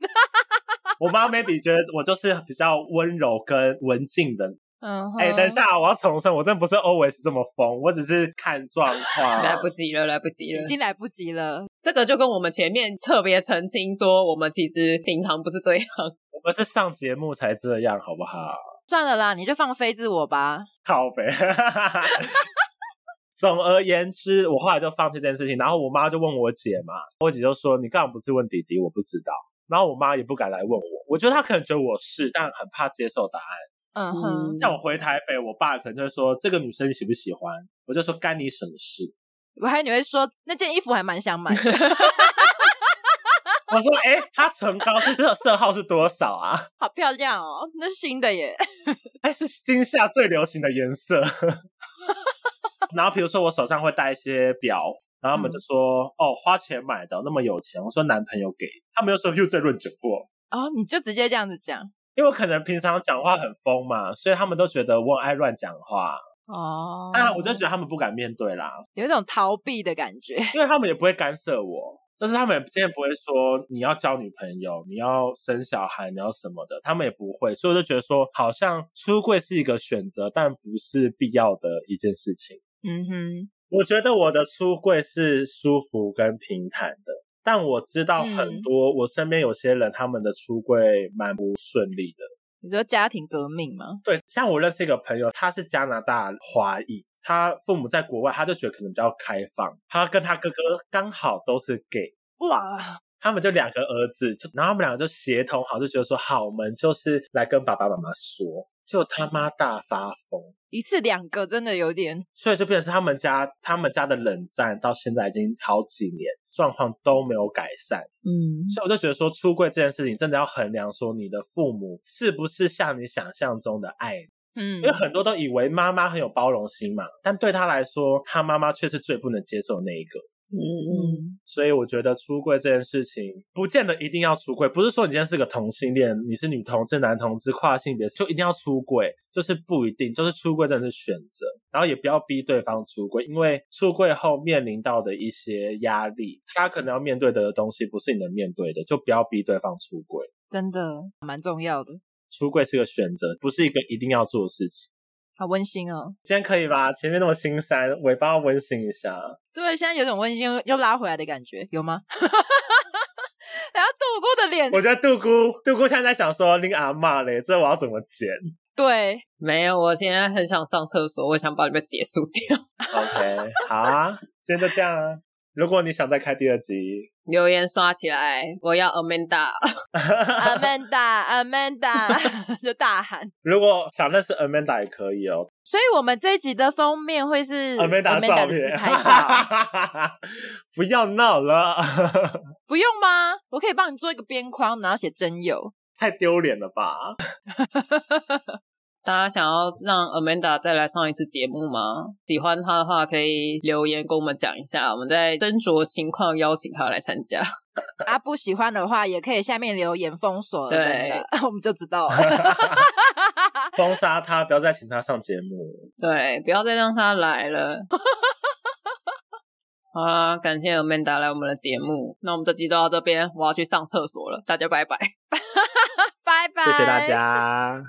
E: 我妈 maybe 觉得我就是比较温柔跟文静的
B: 嗯哼，
E: 哎、等一下，我要重申，我真的不是 always 这么疯，我只是看状
D: 来
E: 况。
D: 不及了，来不及了
B: 已！经来不及了。
D: 这个就跟我们前面特别澄清说，我们其实平常不是这样。
E: 我们是上节目才这样，好不好？
B: 算了啦，你就放飞自我吧。
E: 靠呗。 总而言之，我后来就放弃这件事情，然后我妈就问我姐嘛，我姐就说：“你干嘛不是问弟弟？我不知道。”然后我妈也不敢来问我，我觉得她可能觉得我是，但很怕接受答案。
B: 嗯哼，
E: 像我回台北，我爸可能就会说：“这个女生你喜不喜欢？”我就说：“干你什么事？”
B: 我还以为你会说那件衣服还蛮想买 的，
E: 我说：“哎、她唇膏是这个色号是多少啊？”
B: 好漂亮哦，那是新的耶。
E: 哎，是今夏最流行的颜色。 然后比如说我手上会戴一些表，然后他们就说：“哦，花钱买的，那么有钱。”我说：“男朋友给。”他们又说：“又在论酒过。
B: 哦，你就直接这样子讲”
E: 因为我可能平常讲话很疯嘛，所以他们都觉得我很爱乱讲话。
B: 哦。
E: 当然，我就觉得他们不敢面对啦，
B: 有一种逃避的感觉。
E: 因为他们也不会干涉我，但是他们也今天不会说你要交女朋友，你要生小孩，你要什么的，他们也不会。所以我就觉得说，好像出柜是一个选择，但不是必要的一件事情。
B: 嗯哼，
E: 我觉得我的出柜是舒服跟平坦的，但我知道很多、我身边有些人他们的出柜蛮不顺利的。
B: 你说家庭革命吗？
E: 对，像我认识一个朋友，他是加拿大华裔，他父母在国外，他就觉得可能比较开放。他跟他哥哥刚好都是 gay，
B: 哇，
E: 他们就两个儿子，就然后他们两个就协同好，就觉得说好，我们就是来跟爸爸妈妈说，就他妈大发疯。
B: 一次两个真的有点，
E: 所以就变成是他们家他们家的冷战到现在已经好几年，状况都没有改善。
B: 嗯，
E: 所以我就觉得说，出柜这件事情真的要衡量说你的父母是不是像你想象中的爱你，
B: 嗯
E: 因为很多都以为妈妈很有包容心嘛，但对他来说，他妈妈却是最不能接受的那一个。
D: 嗯嗯，
B: 嗯，
E: 所以我觉得出柜这件事情，不见得一定要出柜，不是说你今天是个同性恋，你是女同志、男同志、跨性别，就一定要出柜，就是不一定，就是出柜真的是选择，然后也不要逼对方出柜，因为出柜后面临到的一些压力，他可能要面对的东西不是你能面对的，就不要逼对方出柜。
B: 真的蛮重要的，
E: 出柜是个选择，不是一个一定要做的事情。
B: 好温馨哦。
E: 今天可以吧？前面那么心塞，尾巴要温馨一下。
B: 对，现在有种温馨又拉回来的感觉，有吗？ 然后度过的脸，
E: 我觉得杜姑，杜姑现在在想说，令阿骂嘞，这我要怎么剪
B: 对，
D: 没有，我现在很想上厕所，我想把你们结束掉。
E: ？OK，好啊，今天就这样啊。如果你想再开第二集，
D: 留言刷起来，我要 Amanda。
B: Amanda Amanda 就大喊。
E: 如果想认识 Amanda 也可以哦
B: 所以我们这一集的封面会是
E: ，Amanda 的照
B: 的自
E: 片
B: 拍照，
E: 不要闹了，
B: 不用吗？我可以帮你做一个边框，然后写真友。
E: 太丢脸了吧？
D: 大家想要让 Amanda 再来上一次节目吗？喜欢她的话，可以留言跟我们讲一下，我们再斟酌情况邀请她来参加。
B: 啊，不喜欢的话也可以下面留言封锁，
D: 对
B: 等等 我们就知道了。
E: 封杀他，不要再请他上节目。
D: 对，不要再让她来了。 好啦，感谢 Amanda 来我们的节目，那我们这集就到这边，我要去上厕所了，大家拜拜。
B: 拜拜，
E: 谢谢大。家。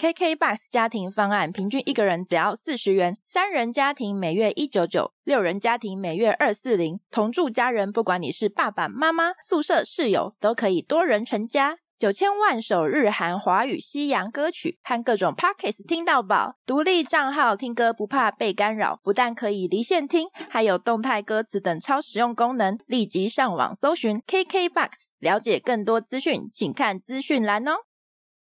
B: KKBox 家庭方案平均一个人只要四十元，三人家庭每月一九九，六人家庭每月二四零，同住家人不管你是爸爸妈妈、宿舍室友，都可以多人成家。九千万首日韩华语西洋歌曲和各种 Pockets 听到饱，独立账号听歌不怕被干扰，不但可以离线听，还有动态歌词等超实用功能。立即上网搜寻 KKBox，了解更多资讯，请看资讯栏哦。